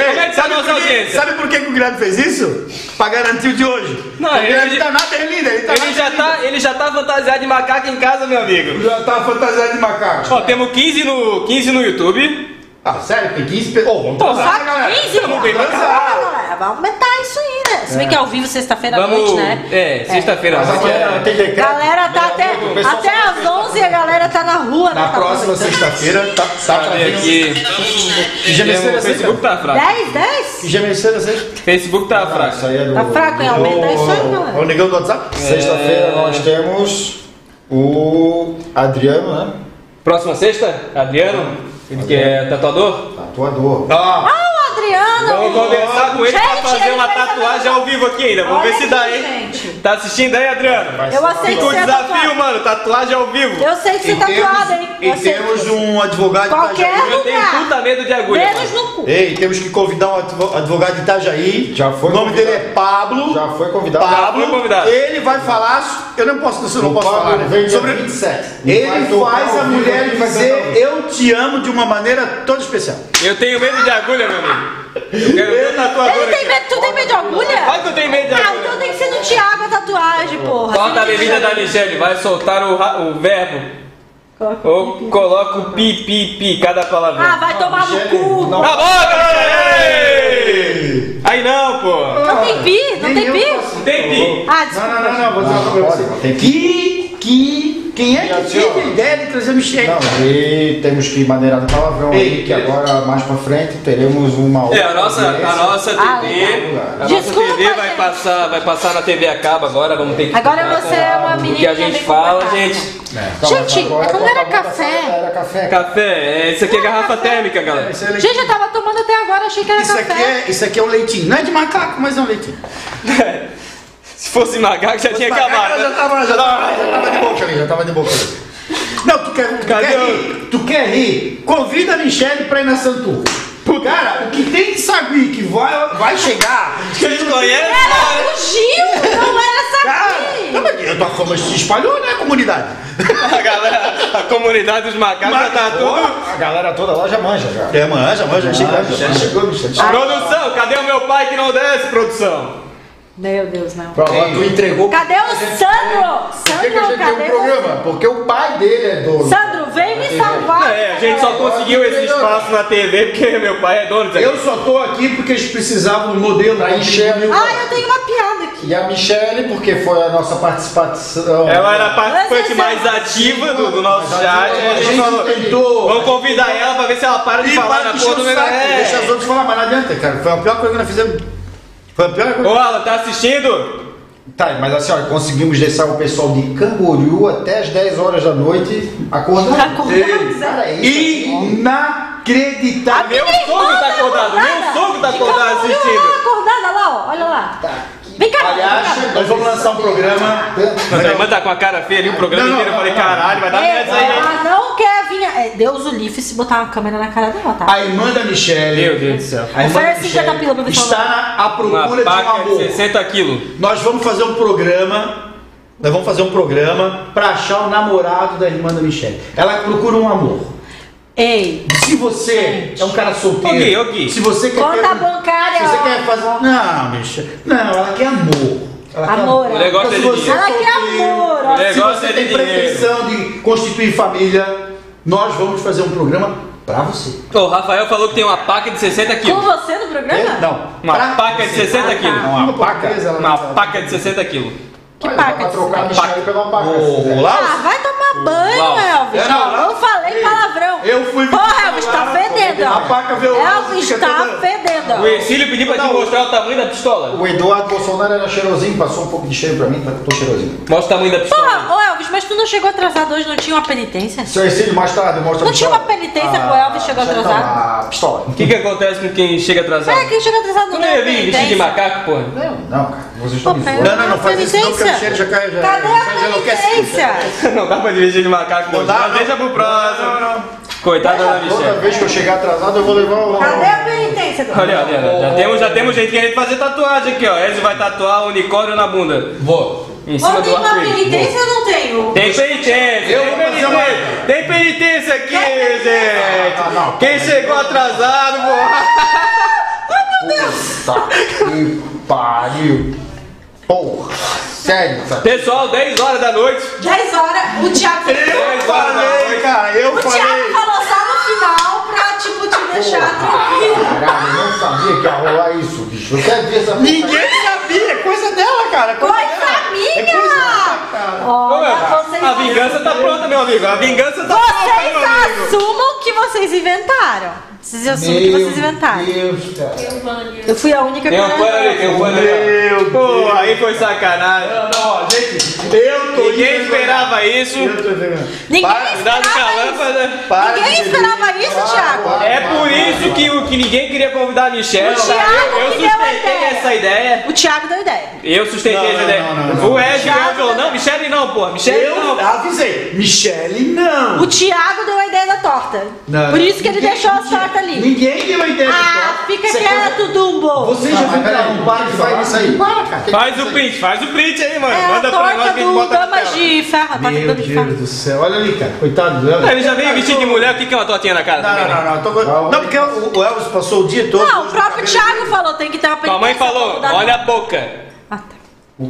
Speaker 1: como é que tá a nossa
Speaker 4: por quê?
Speaker 1: audiência?
Speaker 4: Sabe por que, que o Guilherme fez isso? Pra garantir o de hoje.
Speaker 1: Não,
Speaker 4: o
Speaker 1: ele-
Speaker 4: Guilherme tá nada, ele líder. Ele, tá
Speaker 1: Ele já, tá, ele já tá fantasiado de macaco em casa, meu amigo.
Speaker 3: Já tá fantasiado de macaco.
Speaker 1: Ó, temos 15 no, 15 no YouTube.
Speaker 4: Ah, sério, tem 15 pessoas. Ô, vamos
Speaker 1: Pô,
Speaker 4: transar, né,
Speaker 2: Só
Speaker 4: galera?
Speaker 2: 15,
Speaker 1: Vamos
Speaker 2: pô.
Speaker 1: bem pra
Speaker 2: Ah, galera, Vamos aumentar isso aí, né? Se bem que é ao vivo sexta-feira à
Speaker 1: Vamos.
Speaker 2: noite, né?
Speaker 1: É, sexta-feira. é.
Speaker 3: Mas amanhã tem decreto.
Speaker 2: Galera tá até,
Speaker 3: O pessoal
Speaker 2: até
Speaker 3: só-
Speaker 2: às 11 a galera tá na rua, né?
Speaker 4: Na
Speaker 2: Tá
Speaker 4: próxima
Speaker 2: aproveitando.
Speaker 4: sexta-feira, tá, tá pra
Speaker 1: Cadê
Speaker 4: vir.
Speaker 1: aqui?
Speaker 4: Gemeceira
Speaker 1: O Facebook tá fraco.
Speaker 2: 10, 10?
Speaker 4: Gemeceira
Speaker 3: é
Speaker 4: sexta.
Speaker 1: Facebook tá
Speaker 3: Ah, isso
Speaker 1: fraco.
Speaker 3: aí é do-
Speaker 2: Tá fraco, hein? Aumenta isso aí,
Speaker 4: É o
Speaker 2: galera.
Speaker 4: negão do WhatsApp?
Speaker 3: Sexta-feira nós temos o Adriano, né?
Speaker 1: Próxima sexta, Adriano, ele que é tatuador.
Speaker 3: Tatuador.
Speaker 1: Tá.
Speaker 4: Ah,
Speaker 2: Ah, o Adriano!
Speaker 1: Então, Vamos conversar com ele pra
Speaker 2: Gente,
Speaker 1: fazer
Speaker 2: ele
Speaker 1: uma
Speaker 2: vai
Speaker 1: tatuagem
Speaker 2: fazer-
Speaker 1: ao vivo aqui ainda. Vamos
Speaker 2: Olha
Speaker 1: ver se
Speaker 2: aqui,
Speaker 1: dá, hein?
Speaker 2: gente.
Speaker 1: Tá assistindo aí, Adriano?
Speaker 2: Eu aceito
Speaker 1: Fica o
Speaker 2: ser
Speaker 1: desafio,
Speaker 2: tatuado.
Speaker 1: mano. Tatuagem ao vivo.
Speaker 2: Eu sei que você
Speaker 4: e
Speaker 2: tá tatuado,
Speaker 4: temos-
Speaker 2: hein? Eu
Speaker 4: E
Speaker 2: sei.
Speaker 4: temos um advogado de
Speaker 2: Qualquer
Speaker 4: Itajaí.
Speaker 1: Eu tenho
Speaker 2: lugar.
Speaker 1: puta medo de agulha.
Speaker 2: Menos
Speaker 1: mano.
Speaker 2: no cu.
Speaker 4: Ei, temos que convidar um advo- advogado de Itajaí.
Speaker 3: Já foi
Speaker 4: O nome
Speaker 3: convidado.
Speaker 4: dele é Pablo.
Speaker 3: Já foi convidado.
Speaker 4: Pablo,
Speaker 1: Já foi convidado.
Speaker 4: ele vai falar. so- Eu não posso, isso eu não
Speaker 3: O
Speaker 4: posso
Speaker 3: Pablo
Speaker 4: falar. né?
Speaker 3: vem dia
Speaker 4: Sobre
Speaker 3: 27. E vai
Speaker 4: Ele
Speaker 3: tocar
Speaker 4: faz
Speaker 3: ao
Speaker 4: a
Speaker 3: vivo
Speaker 4: mulher
Speaker 3: aqui, vai
Speaker 4: dizer
Speaker 3: cantar.
Speaker 4: eu te amo de uma maneira toda especial.
Speaker 1: Eu tenho medo de agulha, meu amigo. Eu quero ver o tatuador
Speaker 2: Ele tem
Speaker 1: aqui.
Speaker 2: medo, tu tem medo de
Speaker 1: Olha
Speaker 2: agulha?
Speaker 1: que eu tenho medo de
Speaker 2: Ah,
Speaker 1: agulha.
Speaker 2: então tem que ser no Thiago a tatuagem, porra.
Speaker 1: Corta a
Speaker 2: Tem que-
Speaker 1: bebida da Michelle, vai soltar o, ra- o verbo.
Speaker 2: Coloca o
Speaker 1: Ou
Speaker 2: pipi.
Speaker 1: coloca o pi, pi, pi, cada
Speaker 2: Ah,
Speaker 1: palavra.
Speaker 2: vai tomar no
Speaker 3: Michele,
Speaker 2: cu.
Speaker 3: não.
Speaker 1: Cala a boca, Michelle! Aí não, pô.
Speaker 2: Não tem pi? Não tem pi?
Speaker 1: Não tem pi.
Speaker 2: Ah,
Speaker 9: Não,
Speaker 2: desculpa.
Speaker 9: não, não, não, vou dizer uma
Speaker 3: Não,
Speaker 9: coisa pra
Speaker 3: pode,
Speaker 9: você.
Speaker 3: tem que-
Speaker 9: Que, que, quem é que
Speaker 3: Assim, ó.
Speaker 9: teve a ideia de trazer Michele?
Speaker 3: Não, e temos que maneirar no palavrão
Speaker 9: Ei,
Speaker 3: aí, que
Speaker 9: beleza.
Speaker 3: agora mais pra frente teremos uma outra.
Speaker 1: É, a nossa, a
Speaker 3: audiência.
Speaker 1: nossa
Speaker 2: Ah,
Speaker 1: TV.
Speaker 3: legal.
Speaker 1: A nossa
Speaker 2: Desculpa,
Speaker 1: TV vai
Speaker 2: gente.
Speaker 1: passar, vai passar na TV a cabo agora, vamos ter que.
Speaker 2: Agora
Speaker 1: ficar
Speaker 2: você
Speaker 1: com
Speaker 2: é uma
Speaker 1: O
Speaker 2: menina
Speaker 1: que a gente
Speaker 2: bem
Speaker 1: fala,
Speaker 2: comportada.
Speaker 1: gente.
Speaker 3: Então, mas
Speaker 2: Gente,
Speaker 3: agora
Speaker 2: quando
Speaker 3: a
Speaker 2: era
Speaker 3: Copa
Speaker 2: café-
Speaker 3: Botafogo Era café.
Speaker 1: Café, é, isso aqui é garrafa
Speaker 2: Ah, café.
Speaker 1: térmica, galera.
Speaker 2: Gente, eu tava tomando até agora, achei que era
Speaker 4: é Isso
Speaker 2: café.
Speaker 4: aqui, é, isso aqui é um leitinho. Não é de macaco, mas é um leitinho.
Speaker 1: Se fosse macaco, já tinha
Speaker 2: É
Speaker 1: acabado.
Speaker 4: Macaco, Já
Speaker 1: né?
Speaker 4: tava, já,
Speaker 3: Ah,
Speaker 4: tava, já tava de boca ali, já tava de boca ali. Não, tu quer, tu
Speaker 1: Cadê
Speaker 4: quer
Speaker 1: o-
Speaker 4: rir? Tu quer rir? Convida a Michelle pra ir na Santu. Cara, o que tem de Sagui que vai, vai chegar?
Speaker 1: Que a gente conhece,
Speaker 2: Era
Speaker 1: cara.
Speaker 2: do Gil, não era
Speaker 4: Cara,
Speaker 2: essa
Speaker 4: não,
Speaker 2: aqui.
Speaker 4: mas a tua fama se espalhou, né, comunidade?
Speaker 1: a galera, a comunidade dos macacos já tá tudo.
Speaker 3: A galera toda lá já manja já.
Speaker 4: É, manja, manja,
Speaker 3: Ah,
Speaker 4: chega.
Speaker 3: Michele chegou, Michele chegou.
Speaker 1: Produção, cadê o meu pai que não desce, produção?
Speaker 2: Meu Deus, não.
Speaker 3: Pronto, ó, tu entregou.
Speaker 2: Cadê o Sandro?
Speaker 3: Por que que a
Speaker 2: Sandro,
Speaker 3: gente tem um
Speaker 2: cadê você?
Speaker 3: programa? Porque o pai dele é dono.
Speaker 2: Sandro, vem me salvar.
Speaker 1: É, a gente só conseguiu esse espaço na TV porque meu pai é dono disso
Speaker 9: Eu
Speaker 1: aqui.
Speaker 9: só tô aqui porque eles precisavam do modelo.
Speaker 3: Pra encher ali o-
Speaker 2: Ah, eu tenho uma piada aqui.
Speaker 3: E a Michelle, porque foi a nossa participação.
Speaker 1: Ela era a participante
Speaker 2: Mas
Speaker 1: mais ativa do, do nosso chat. A gente falou,
Speaker 3: tentou.
Speaker 1: Vamos convidar ela pra ver se ela para de
Speaker 4: E
Speaker 1: falar
Speaker 4: para
Speaker 1: na
Speaker 4: de
Speaker 1: porra
Speaker 4: encher
Speaker 1: do
Speaker 4: o
Speaker 1: meu
Speaker 4: saco, deixa
Speaker 1: é.
Speaker 4: as outras falar, mas não adianta, cara. Foi a pior coisa que nós fizemos. Foi a pior coisa.
Speaker 1: Ô, Alan, tá assistindo?
Speaker 3: Tá, mas assim, ó, conseguimos deixar o pessoal de Camboriú até as 10 horas da noite
Speaker 9: Tá
Speaker 3: acordando.
Speaker 2: Acordado, Zé.
Speaker 3: Cara, é isso. aqui.
Speaker 9: Inacreditável.
Speaker 1: Meu
Speaker 2: Minha irmã
Speaker 1: sogro tá acordado, meu sogro tá
Speaker 2: Fica
Speaker 1: acordado
Speaker 2: olhando lá,
Speaker 1: assistindo.
Speaker 2: acordada lá, ó. Olha lá.
Speaker 9: Tá
Speaker 2: Vem cá,
Speaker 9: Aliás,
Speaker 2: vem cá.
Speaker 9: nós vamos lançar um programa.
Speaker 1: Nossa irmã tá com a cara feia ali, o programa inteiro. Eu falei,
Speaker 9: tá
Speaker 1: caralho, vai dar merda isso aí, né?" hein?
Speaker 2: Ela não quer vir. é, Deus o livre se botar uma câmera na cara dela, tá?
Speaker 9: A irmã da Michelle.
Speaker 1: Meu Deus do céu.
Speaker 9: A irmã da
Speaker 2: Oferece 50
Speaker 9: Michelle
Speaker 2: pila pra ver se
Speaker 9: está
Speaker 2: ela-
Speaker 9: na, à
Speaker 1: Uma
Speaker 9: procura de um
Speaker 1: paca de
Speaker 9: amor.
Speaker 1: 60 quilos.
Speaker 9: Nós vamos fazer um programa. Nós vamos fazer um programa pra achar o namorado da irmã da Michelle. Ela procura um amor.
Speaker 2: Ei,
Speaker 9: Se você é um cara solteiro,
Speaker 1: Ok, ok.
Speaker 9: se você quer
Speaker 2: Conta
Speaker 9: ter um-
Speaker 2: bancária,
Speaker 9: se você
Speaker 2: ó.
Speaker 9: quer fazer, não, bicha, não, ela quer amor. Ela quer
Speaker 2: Amor, ela- O
Speaker 1: negócio
Speaker 9: Então, se você
Speaker 1: é de dinheiro.
Speaker 2: Ela quer
Speaker 9: solteiro,
Speaker 2: amor, ó. O
Speaker 9: Se
Speaker 1: negócio
Speaker 9: você
Speaker 1: é de
Speaker 9: tem
Speaker 1: dinheiro.
Speaker 9: pretensão de constituir família, nós vamos fazer um programa pra você.
Speaker 1: Ô, O Rafael falou que tem uma paca de 60
Speaker 2: com
Speaker 1: quilos.
Speaker 2: você no programa?
Speaker 9: É, Não,
Speaker 1: Uma paca de 60 quilos.
Speaker 3: um
Speaker 2: Ah,
Speaker 9: uma paca.
Speaker 1: Uma paca de 60 quilos.
Speaker 2: Que
Speaker 3: né? Olha, dá
Speaker 2: paca
Speaker 3: pra
Speaker 2: de
Speaker 3: trocar a
Speaker 2: cinema?
Speaker 3: Michelle pela paca. É. se quiser.
Speaker 9: O
Speaker 2: Ah,
Speaker 9: Laos,
Speaker 2: vai tomar banho,
Speaker 1: Lau.
Speaker 2: Elvis.
Speaker 9: Eu não,
Speaker 2: Eu
Speaker 9: Lau.
Speaker 2: falei palavrão.
Speaker 9: eu fui
Speaker 2: Porra, Elvis, tá fedendo.
Speaker 9: a paca veio
Speaker 2: ó.
Speaker 9: lá,
Speaker 2: Elvis
Speaker 9: fica
Speaker 2: tá
Speaker 9: toda-
Speaker 2: fedendo.
Speaker 1: O Ercílio pediu pra te mostrar o tamanho da pistola.
Speaker 3: O Eduardo Bolsonaro era cheirosinho, passou um pouco de cheiro pra mim, mas eu tô cheirosinho.
Speaker 1: Mostra o tamanho da
Speaker 2: ó.
Speaker 1: pistola.
Speaker 2: Porra, ô Elvis, mas tu não chegou atrasado hoje, não tinha uma penitência?
Speaker 3: Seu Ercílio, mais tarde, mostra
Speaker 2: Não
Speaker 3: a
Speaker 2: tinha
Speaker 3: pistola.
Speaker 2: uma penitência pro Elvis chegar
Speaker 3: já tá
Speaker 2: atrasado?
Speaker 3: lá, A pistola.
Speaker 1: O que, que acontece com quem chega atrasado?
Speaker 2: É, quem chega atrasado não tem
Speaker 1: Eu
Speaker 2: uma
Speaker 1: não ia vir vestido de
Speaker 2: penitência.
Speaker 1: macaco, porra.
Speaker 3: Não, não, cara, vocês
Speaker 2: Pô,
Speaker 3: estão me
Speaker 2: pera,
Speaker 3: zoando.
Speaker 4: Não, não, não faz isso não, porque o cheiro já cai. Já,
Speaker 2: Cadê
Speaker 4: já
Speaker 2: a
Speaker 4: enlouquece.
Speaker 2: penitência?
Speaker 1: Não dá pra dirigir de macaco, não.
Speaker 4: dá,
Speaker 1: Mas
Speaker 4: não.
Speaker 1: Deixa pro próximo. Coitada da
Speaker 3: Toda
Speaker 1: Michelle.
Speaker 3: vez que eu chegar atrasado, eu vou levar um- o.
Speaker 2: Cadê a penitência?
Speaker 1: Olha, olha, já temos, já temos gente querendo fazer tatuagem aqui, ó. Ezio vai tatuar um unicórnio na bunda.
Speaker 9: Vou.
Speaker 10: Em
Speaker 11: Ou
Speaker 10: cima
Speaker 11: tem
Speaker 10: do
Speaker 11: uma
Speaker 10: arco-íris.
Speaker 11: penitência ou não tenho?
Speaker 1: Tem penitência,
Speaker 3: Eu
Speaker 1: tem
Speaker 3: vou fazer
Speaker 1: penitência,
Speaker 3: uma-
Speaker 1: tem penitência aqui, gente.
Speaker 12: Ah, não,
Speaker 1: Quem chegou atrasado, vou...
Speaker 12: Tá que pariu. Porra, sério, tá?
Speaker 1: Pessoal, 10 horas da noite.
Speaker 11: 10 horas, o Thiago.
Speaker 1: 10 horas da
Speaker 12: Falei,
Speaker 1: noite.
Speaker 12: cara, eu
Speaker 11: O Thiago
Speaker 12: falei.
Speaker 11: falou só no final pra, tipo, te deixar tranquilo.
Speaker 12: Caralho, eu não sabia que ia rolar isso, bicho. Você é havia essa
Speaker 3: Ninguém sabia, é coisa dela, cara. é Coisa
Speaker 11: Coisa
Speaker 3: dela. É coisa dela,
Speaker 11: amiga!
Speaker 3: cara.
Speaker 1: Ô, meu,
Speaker 11: Olha, vocês
Speaker 1: a vingança tá pronta, meu amigo. A vingança tá pronta, meu
Speaker 2: Vocês
Speaker 1: amigo.
Speaker 2: assumam que vocês inventaram. Vocês assumem que vocês inventaram.
Speaker 12: Deus, cara.
Speaker 2: Eu fui a única que
Speaker 1: Tem um pano ali, tem um pano ali. Pô, aí foi sacanagem.
Speaker 4: Não, não, ó, gente, eu tô
Speaker 1: Ninguém
Speaker 4: indo-
Speaker 1: esperava isso.
Speaker 12: Eu tô vendo.
Speaker 2: Ninguém
Speaker 1: Cuidado com
Speaker 2: esperava
Speaker 1: a
Speaker 2: isso.
Speaker 1: lâmpada.
Speaker 12: Para
Speaker 2: Ninguém
Speaker 12: de-
Speaker 2: esperava isso, Thiago.
Speaker 1: É por isso que, o- que ninguém queria convidar a Michelle.
Speaker 2: O Thiago
Speaker 1: eu eu
Speaker 2: que deu a
Speaker 1: sustentei
Speaker 2: ideia.
Speaker 1: essa ideia.
Speaker 2: O Thiago deu ideia.
Speaker 1: Eu sustentei
Speaker 3: Não,
Speaker 1: essa
Speaker 3: não,
Speaker 1: ideia.
Speaker 3: não, não, não.
Speaker 1: o Ed ganhou falou: Não, Michelle não, pô. Michelle
Speaker 4: Eu
Speaker 1: não.
Speaker 4: avisei, Michele não.
Speaker 2: O Thiago deu a ideia da torta.
Speaker 4: Não,
Speaker 2: Por isso que ele
Speaker 4: ninguém-
Speaker 2: deixou as tortas ali.
Speaker 4: Ninguém deu a ideia de
Speaker 2: Ah,
Speaker 4: toque.
Speaker 2: fica
Speaker 4: Isso é
Speaker 2: quieto, Dumbo.
Speaker 4: Você
Speaker 12: Não,
Speaker 4: já
Speaker 12: mas
Speaker 4: viu
Speaker 12: peraí,
Speaker 4: um par de
Speaker 12: vai
Speaker 4: falar
Speaker 12: nisso aí. Para,
Speaker 3: Ah,
Speaker 12: cara.
Speaker 1: Faz o print, faz o print aí, mano.
Speaker 2: É a
Speaker 1: Manda pra
Speaker 2: torta
Speaker 1: nós que a gente
Speaker 2: do
Speaker 1: bota na
Speaker 2: Damas
Speaker 1: tela.
Speaker 2: de Ferro. A torta do
Speaker 4: Meu
Speaker 2: Damas de Ferro.
Speaker 4: Deus do céu, olha ali, cara, coitado do Elvis.
Speaker 1: Ele já veio vestido de mulher, o que que é uma tortinha na cara
Speaker 3: Não,
Speaker 1: também,
Speaker 3: não,
Speaker 1: né?
Speaker 3: não, não. eu Tô... go- Não, porque o o Elvis passou o dia todo.
Speaker 2: Não, o próprio Thiago falou, tem que ter uma
Speaker 1: Tua mãe falou:
Speaker 2: da-
Speaker 1: Olha a boca.
Speaker 2: Ah, tá.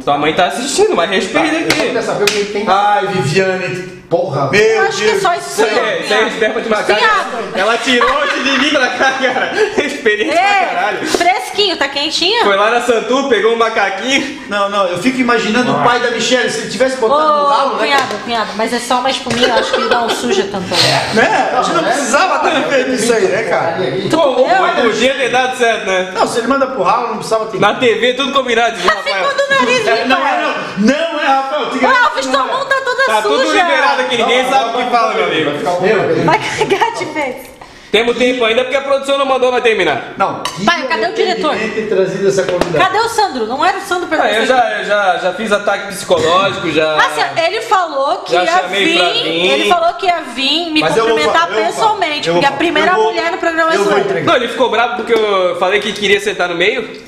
Speaker 1: Tua mãe tá assistindo, mas respeita
Speaker 12: Eu queria
Speaker 1: aqui.
Speaker 12: saber o que ele tem.
Speaker 3: Ai, Viviane.
Speaker 12: Porra,
Speaker 3: Meu
Speaker 2: Eu
Speaker 3: Deus.
Speaker 2: acho que é só isso.
Speaker 1: Isso é, isso é esperma de macaco.
Speaker 2: Fiado.
Speaker 1: Ela tirou de mim pra cá, cara. Experiência pra caralho.
Speaker 2: Ei, fresquinho, tá quentinho?
Speaker 1: Foi lá na Santu, pegou um macaquinho.
Speaker 3: Não, não, eu fico imaginando o pai da Michelle, se ele tivesse botado no ralo,
Speaker 2: Ô,
Speaker 3: né?
Speaker 2: cunhado, cunhado, mas é só uma espuminha, eu acho que não suja tanto.
Speaker 1: É.
Speaker 3: né? A gente não
Speaker 12: né?
Speaker 3: precisava ter feito isso aí, né, cara?
Speaker 2: Tu comeu?
Speaker 1: Podia ter dado certo, né?
Speaker 3: Não, se ele manda pro ralo, não precisava ter.
Speaker 1: Na TV, tudo combinado, viu, Rafael?
Speaker 2: Ficou do Tá nariz
Speaker 3: É, não é,
Speaker 2: limpo.
Speaker 3: não. Não é, Rafael. te
Speaker 2: Ô,
Speaker 3: garanto
Speaker 2: Alves,
Speaker 3: que
Speaker 2: tua
Speaker 3: não é.
Speaker 2: mão tá toda suja.
Speaker 1: Tá tudo liberado aqui,
Speaker 10: Tá
Speaker 1: ninguém sabe o que fala, meu amigo.
Speaker 2: Vai cagar de vez.
Speaker 1: Temos tempo ainda porque a produção não mandou nós terminar.
Speaker 3: Não,
Speaker 2: Pai, cadê o diretor?
Speaker 4: ter trazido essa
Speaker 3: Tá.
Speaker 4: convidada.
Speaker 2: Cadê o Sandro? Não era o Sandro pra
Speaker 10: Ah, eu
Speaker 2: você.
Speaker 10: já, eu já, já fiz ataque psicológico, já.
Speaker 2: Assim, ele falou que
Speaker 10: Já
Speaker 2: ia
Speaker 10: chamei pra
Speaker 2: vir,
Speaker 10: vir.
Speaker 2: ele falou que ia vir me
Speaker 3: Mas eu vou
Speaker 2: cumprimentar
Speaker 3: falar, eu vou falar,
Speaker 2: pessoalmente,
Speaker 3: eu vou
Speaker 2: porque a
Speaker 3: falar.
Speaker 2: primeira
Speaker 3: Eu vou-
Speaker 2: mulher no programa é
Speaker 3: eu vou
Speaker 2: zoeira.
Speaker 3: entregar.
Speaker 1: Não, ele ficou bravo porque eu falei que queria sentar no meio.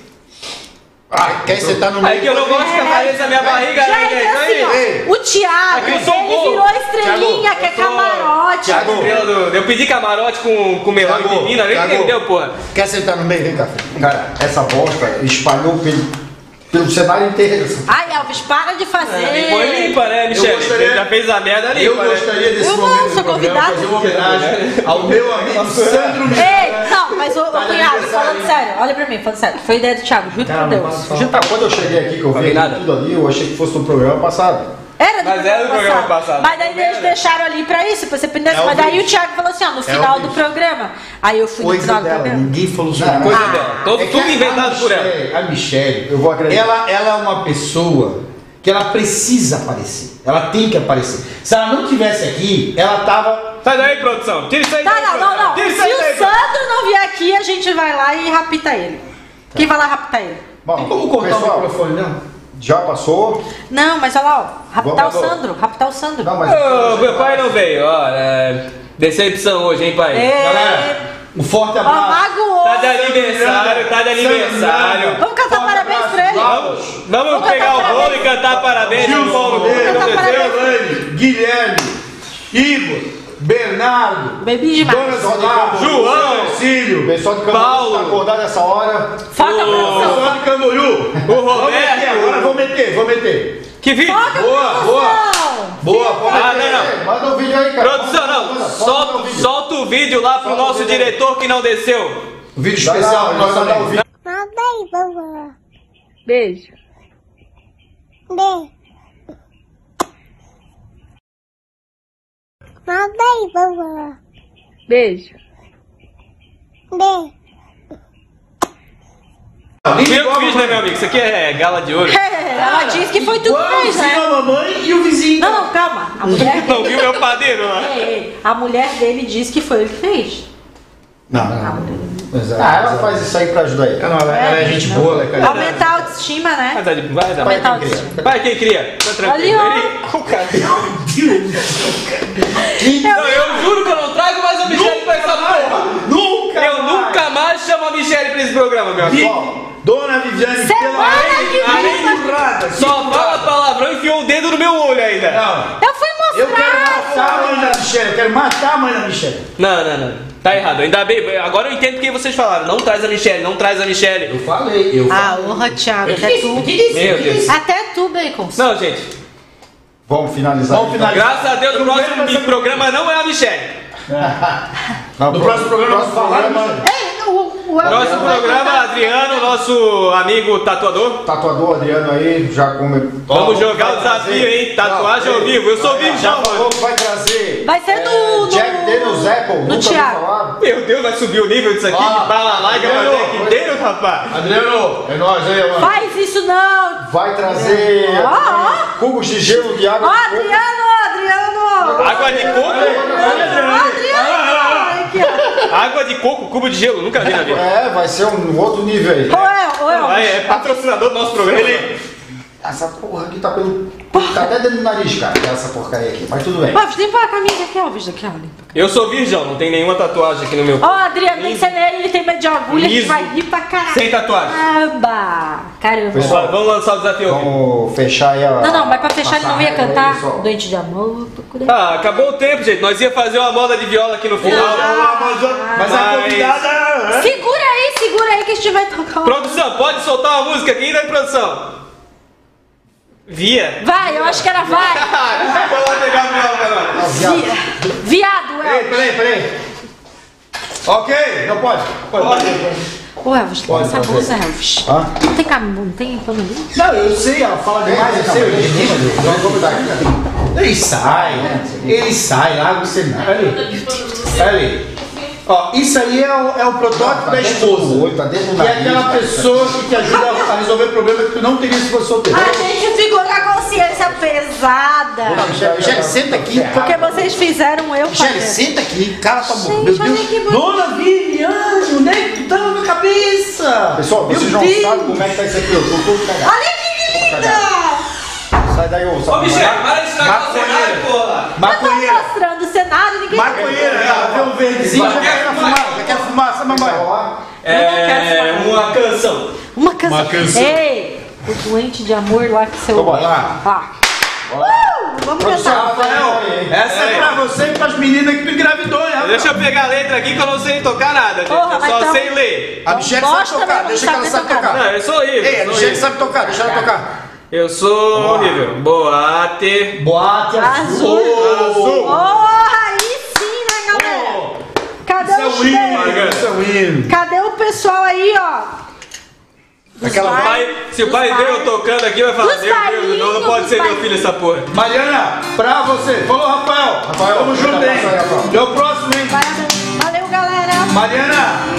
Speaker 3: Ah, quer sentar no meio.
Speaker 1: Aí que eu não gosto que apareça a minha barriga,
Speaker 2: Já
Speaker 1: né,
Speaker 2: é
Speaker 1: gente?
Speaker 2: assim, ó,
Speaker 1: Aí,
Speaker 3: ei. É
Speaker 2: o Thiago,
Speaker 1: Aqui eu
Speaker 2: ele
Speaker 1: sou bom.
Speaker 2: virou estrelinha, que é
Speaker 1: eu sou-
Speaker 2: camarote.
Speaker 3: Thiago,
Speaker 1: estrela do- Eu pedi camarote com, com melão e
Speaker 3: Thiago,
Speaker 1: pepino, nem
Speaker 3: Thiago.
Speaker 1: entendeu, porra.
Speaker 3: Quer sentar no meio? Vem cá, filho.
Speaker 12: Cara, essa bosta espalhou pelo, pelo cenário inteiro.
Speaker 2: Ai, Alves, para de fazer.
Speaker 3: É,
Speaker 1: E foi limpa, né, Michele?
Speaker 3: gostaria-
Speaker 1: Você já fez a merda ali.
Speaker 3: Eu gostaria desse
Speaker 2: Eu não,
Speaker 3: momento
Speaker 2: sou
Speaker 3: do programa
Speaker 2: convidada.
Speaker 3: fazer uma homenagem ao meu amigo Sandro Michel.
Speaker 2: Ei, não, mas o,
Speaker 3: Tá de
Speaker 2: cunhado,
Speaker 3: aniversário,
Speaker 2: falando
Speaker 3: hein?
Speaker 2: sério, olha pra mim, falando sério. Foi ideia do Thiago, juro por Deus.
Speaker 12: Gente, tá, quando eu cheguei aqui, que eu vi
Speaker 10: nada.
Speaker 12: tudo ali, eu achei que fosse no programa passado.
Speaker 2: Era do
Speaker 1: Mas era do programa passado.
Speaker 2: Mas daí eles deixaram ali pra isso, pra você prender.
Speaker 3: É o
Speaker 2: mas daí o
Speaker 3: vídeo. É
Speaker 2: Thiago falou assim, ó, no final do
Speaker 3: vídeo.
Speaker 2: programa. Aí eu fui no
Speaker 3: Coisa
Speaker 2: final do
Speaker 3: dela,
Speaker 2: programa.
Speaker 3: ninguém falou sobre
Speaker 12: Não,
Speaker 4: Ah.
Speaker 3: coisa
Speaker 12: não.
Speaker 3: dela.
Speaker 1: dela. Todo-
Speaker 12: É que
Speaker 1: tudo
Speaker 12: a- a
Speaker 1: inventado por ela.
Speaker 12: Michelle- A Michelle, eu vou acreditar.
Speaker 4: Ela, ela é uma pessoa que ela precisa aparecer. Ela tem que aparecer. Se ela não tivesse aqui, ela tava.
Speaker 1: Sai Tá daí, produção. Tira isso aí.
Speaker 2: Tá,
Speaker 1: daí,
Speaker 2: não, não,
Speaker 1: produção.
Speaker 2: não.
Speaker 1: Tira isso
Speaker 2: Se
Speaker 1: aí.
Speaker 2: o
Speaker 1: daí,
Speaker 2: Sandro não vier aqui, a gente vai lá e rapita ele.
Speaker 3: Tá.
Speaker 2: Quem vai lá raptar ele?
Speaker 12: Bom,
Speaker 4: Tem como cortar o
Speaker 12: pessoal,
Speaker 4: microfone, não?
Speaker 12: já passou.
Speaker 2: Não, mas olha lá, ó. Raptar
Speaker 12: Vamos,
Speaker 2: o
Speaker 12: vamos.
Speaker 2: Sandro, raptar o Sandro.
Speaker 12: Não, mas.
Speaker 1: Ô, meu pai não veio, ó. é, Decepção hoje, hein, pai?
Speaker 2: É.
Speaker 4: Galera, um forte
Speaker 2: Ó,
Speaker 4: abraço.
Speaker 2: magoou.
Speaker 1: Tá de aniversário, tá de aniversário.
Speaker 2: Vamos cantar parabéns pra ele.
Speaker 4: Vamos.
Speaker 1: Vamos
Speaker 2: Vamos
Speaker 1: pegar
Speaker 2: cantar
Speaker 1: o bolo e cantar parabéns ao Paulo.
Speaker 2: Vamos cantar parabéns.
Speaker 4: Elaine, Guilherme, Igor, Bernardo,
Speaker 2: Bebi
Speaker 4: Dona
Speaker 2: demais.
Speaker 4: Solar,
Speaker 1: João.
Speaker 12: O
Speaker 4: Cílio,
Speaker 12: pessoal de Camboriú
Speaker 1: Paulo.
Speaker 12: tá acordado essa hora.
Speaker 2: Foca a produção.
Speaker 4: pessoal de Camboriú.
Speaker 1: O
Speaker 4: Vamos meter agora,
Speaker 1: Roberto.
Speaker 4: vou meter, vou meter.
Speaker 1: Que vídeo?
Speaker 2: Foca a
Speaker 4: Boa, boa.
Speaker 2: produção.
Speaker 4: Boa, vou
Speaker 1: Ah,
Speaker 4: meter.
Speaker 1: não, não.
Speaker 12: Manda o vídeo aí, cara.
Speaker 1: Produção, não.
Speaker 12: Manda,
Speaker 1: Solta,
Speaker 12: manda o vídeo.
Speaker 1: solta o vídeo lá pro
Speaker 12: Solta o
Speaker 1: nosso
Speaker 12: vídeo aí.
Speaker 1: diretor que não desceu.
Speaker 4: O vídeo
Speaker 12: Vai lá,
Speaker 4: especial
Speaker 12: vai
Speaker 4: do
Speaker 12: lá,
Speaker 4: nosso
Speaker 12: manda o
Speaker 4: amigo.
Speaker 12: vídeo.
Speaker 2: Beijo.
Speaker 13: Beijo. Mamãe, vovó.
Speaker 2: Beijo.
Speaker 13: Beijo.
Speaker 1: Viu o que fiz, né, meu amigo? Isso aqui é gala de ouro.
Speaker 2: É, Ela disse que foi tudo que fez, né?
Speaker 4: a mamãe e o vizinho.
Speaker 2: Não, não, calma. A mulher
Speaker 1: Não
Speaker 2: dele,
Speaker 1: viu meu padeiro lá?
Speaker 2: Ei, ei, a mulher dele disse que foi ele que fez.
Speaker 12: Ah, ela faz isso aí pra ajudar ele.
Speaker 3: Não, ela, ela é gente boa, ela é cara.
Speaker 2: Aumentar a autoestima,
Speaker 1: Vai
Speaker 2: né?
Speaker 1: dar, vai dar.
Speaker 2: Aumentar a autoestima.
Speaker 1: Vai, quem cria? Tá
Speaker 2: Ali,
Speaker 1: tranquilo.
Speaker 2: ó.
Speaker 1: Ele- O cara- Não, eu juro que eu não trago mais a Michelle pra essa porra.
Speaker 4: Nunca!
Speaker 1: Eu nunca mais chamo a Michelle pra esse programa, meu amigo.
Speaker 12: Ó,
Speaker 4: Dona Viviane,
Speaker 2: Semana
Speaker 4: pela
Speaker 2: que
Speaker 4: além
Speaker 2: vem,
Speaker 4: de burrada.
Speaker 1: Só fala palavrão e enfiou o dedo no meu olho ainda.
Speaker 4: Não,
Speaker 2: Eu fui mostrar.
Speaker 4: eu quero matar a mãe da Michelle, eu quero matar a mãe da Michelle.
Speaker 1: Não, não, não. Tá errado. Ainda bem, agora eu entendo porque vocês falaram. Não traz a Michelle, não traz a Michelle.
Speaker 12: Eu falei, eu
Speaker 2: Ah,
Speaker 12: falei.
Speaker 2: honra, Thiago. Até tu.
Speaker 1: Meu Deus.
Speaker 2: Até tu, Bacons.
Speaker 1: Não, gente.
Speaker 12: Vamos finalizar.
Speaker 4: Vamos
Speaker 12: então.
Speaker 1: Graças a Deus, o próximo bi- programa não é a Michelle.
Speaker 12: Não,
Speaker 4: No
Speaker 12: pro-
Speaker 4: próximo programa nós falamos.
Speaker 12: programa,
Speaker 2: Ei, o, o
Speaker 1: Próximo programa, é Adriano, nosso amigo tatuador.
Speaker 12: Tatuador Adriano aí, já come.
Speaker 1: Vamos jogar o desafio, hein? Tatuagem ao vivo. Eu sou vivo,
Speaker 12: Já
Speaker 1: já, mano.
Speaker 12: falou que vai trazer. é,
Speaker 2: Vai ser no- no-
Speaker 12: Jack Daniels Apple.
Speaker 2: no
Speaker 12: nunca ouviu
Speaker 2: Thiago.
Speaker 12: falar?
Speaker 1: Meu Deus, vai subir o nível disso aqui
Speaker 12: Ah,
Speaker 1: de bala larga, mas
Speaker 12: Adriano,
Speaker 1: é que inteiro, rapaz.
Speaker 12: Adriano, é nóis aí, mano.
Speaker 2: Faz isso não!
Speaker 12: Vai trazer
Speaker 2: Ah,
Speaker 12: cubos de gelo de
Speaker 2: Ó,
Speaker 12: água. de coco.
Speaker 2: Adriano, Adriano!
Speaker 1: Água de coco? Ah,
Speaker 12: Ah,
Speaker 2: Adriano! Aqui, ó.
Speaker 1: Água de coco, cubo de gelo, nunca vi na vida.
Speaker 12: É, vai ser um outro nível aí.
Speaker 2: Ou é, ou é, ó.
Speaker 1: Ah, é patrocinador do nosso programa.
Speaker 12: Essa porra aqui tá pelo. Tá até dentro do nariz, cara, essa porcaria aqui. Mas tudo bem.
Speaker 2: Ó, limpa a camisa aqui, ó, bicho, aqui, ó. limpa.
Speaker 1: Eu sou virgão, não tem nenhuma tatuagem aqui no meu.
Speaker 2: Ó, Adriano, tem que ser nele, ele tem medo de agulha, a gente
Speaker 1: Liso.
Speaker 2: vai rir pra caralho.
Speaker 1: Sem tatuagem.
Speaker 2: Caramba! Caramba.
Speaker 12: Pessoal,
Speaker 1: Vai, Vamos lançar o desafio. ao vivo.
Speaker 12: Vamos fechar aí a. né,
Speaker 2: Não, não, mas pra fechar ele
Speaker 12: passar
Speaker 2: não ia
Speaker 12: régua aí,
Speaker 2: cantar.
Speaker 12: pessoal.
Speaker 2: Doente de amor, procurei.
Speaker 1: Ah, acabou o tempo, gente. Nós ia fazer uma moda de viola aqui no final.
Speaker 4: Mas a
Speaker 1: Mas-
Speaker 4: convidada.
Speaker 2: Segura aí, segura aí que a gente vai tocar. um-
Speaker 1: Produção, pode soltar uma música aqui, né, produção? Via.
Speaker 2: Vai, eu acho que era vai.
Speaker 1: Vou lá pegar a viola pra nós.
Speaker 2: Via. Viado,
Speaker 4: Peraí,
Speaker 2: Elvis.
Speaker 4: peraí, peraí. Ok, não pode.
Speaker 2: Ô, Elvis, tem
Speaker 12: Pode,
Speaker 2: essa
Speaker 12: pode.
Speaker 2: blusa, Elvis.
Speaker 12: Hã?
Speaker 2: Não tem cabelo, não tem pano ali?
Speaker 4: Não, eu sei, ela fala demais, eu sei. eu sei.
Speaker 12: Vamos convidar aqui.
Speaker 4: Ele sai, ele sai, larga o cenário. Olha ali. Olha ali. Ó, isso aí é o, é o protótipo
Speaker 12: Tá
Speaker 4: da
Speaker 12: dentro do
Speaker 4: esposa.
Speaker 12: olho, tá dentro do
Speaker 4: que é
Speaker 12: nariz,
Speaker 4: aquela
Speaker 12: cara.
Speaker 4: pessoa que te ajuda a resolver problemas que tu não teria se fosse solteiro.
Speaker 11: A gente ficou com a consciência pesada.
Speaker 3: Michele, senta aqui.
Speaker 12: Tá
Speaker 2: Porque vocês fizeram eu
Speaker 3: Michele,
Speaker 2: fazer.
Speaker 3: senta aqui. Cala
Speaker 4: tá
Speaker 3: tua boca. Meu
Speaker 2: Gente, olha
Speaker 3: Deus.
Speaker 2: que bonito.
Speaker 4: Dona Viviane, onde é que tu tá na minha cabeça?
Speaker 12: Pessoal,
Speaker 4: Meu
Speaker 12: vocês não
Speaker 4: Deus.
Speaker 12: sabem como é que tá isso aqui. Eu tô todo cagado.
Speaker 11: Olha que linda!
Speaker 12: Sai daí, ô.
Speaker 10: Ô,
Speaker 12: sabe? é?
Speaker 10: Michel, para de estragar o cenário, porra!
Speaker 2: Eu tô
Speaker 4: Maconheira,
Speaker 2: mostrando o cenário, ninguém...
Speaker 4: maconheira, ela vê um verdezinho, já quer fumar, já quer fumar, sabe,
Speaker 12: Vai
Speaker 4: mamãe?
Speaker 12: rolar.
Speaker 1: É uma canção.
Speaker 2: Uma canção.
Speaker 4: Uma canção.
Speaker 2: Ei, o doente de amor lá que seu...
Speaker 12: Então bora lá.
Speaker 2: Lá. Uh, vamos
Speaker 12: Produção,
Speaker 2: cantar.
Speaker 4: Rafael, essa é pra você e pras meninas que tu engravidou, hein, Rafael?
Speaker 1: Deixa eu pegar a letra aqui que eu não sei tocar nada, gente.
Speaker 2: Porra,
Speaker 1: eu
Speaker 2: mas
Speaker 1: só
Speaker 2: então-
Speaker 1: sei ler.
Speaker 12: A Michelle sabe
Speaker 2: Bosta
Speaker 12: tocar,
Speaker 2: mesmo,
Speaker 12: deixa que
Speaker 2: sabe
Speaker 12: ela sabe
Speaker 2: tocar.
Speaker 12: tocar.
Speaker 1: Não, é eu sou horrível.
Speaker 12: Ei, a
Speaker 1: sou
Speaker 12: Michelle
Speaker 1: horrível.
Speaker 12: sabe tocar, deixa ela tocar.
Speaker 1: Eu sou horrível. Boate.
Speaker 4: Boate
Speaker 2: Azul.
Speaker 1: Azul.
Speaker 2: Porra, aí sim, né, galera? Cadê
Speaker 4: Isso é
Speaker 2: os
Speaker 4: um hino,
Speaker 2: dedos?
Speaker 4: Margarida, isso é um hino.
Speaker 2: Cadê o pessoal aí, ó? Dos
Speaker 1: Aquela
Speaker 2: pais,
Speaker 1: pai, se o
Speaker 2: dos
Speaker 1: pai
Speaker 2: pais.
Speaker 1: dele eu tocando aqui, vai falar:
Speaker 2: Dos
Speaker 1: Meu Deus, não, não
Speaker 2: bailinhos,
Speaker 1: pode
Speaker 2: dos
Speaker 1: ser meu filho
Speaker 2: bailinhos.
Speaker 1: essa porra.
Speaker 4: Mariana, pra você. Falou, Rafael.
Speaker 12: Rafael,
Speaker 4: Tamo
Speaker 12: fica
Speaker 4: junto,
Speaker 12: abraço aí, Rafael.
Speaker 4: hein? Deu o próximo, hein?
Speaker 2: Valeu, galera.
Speaker 4: Mariana,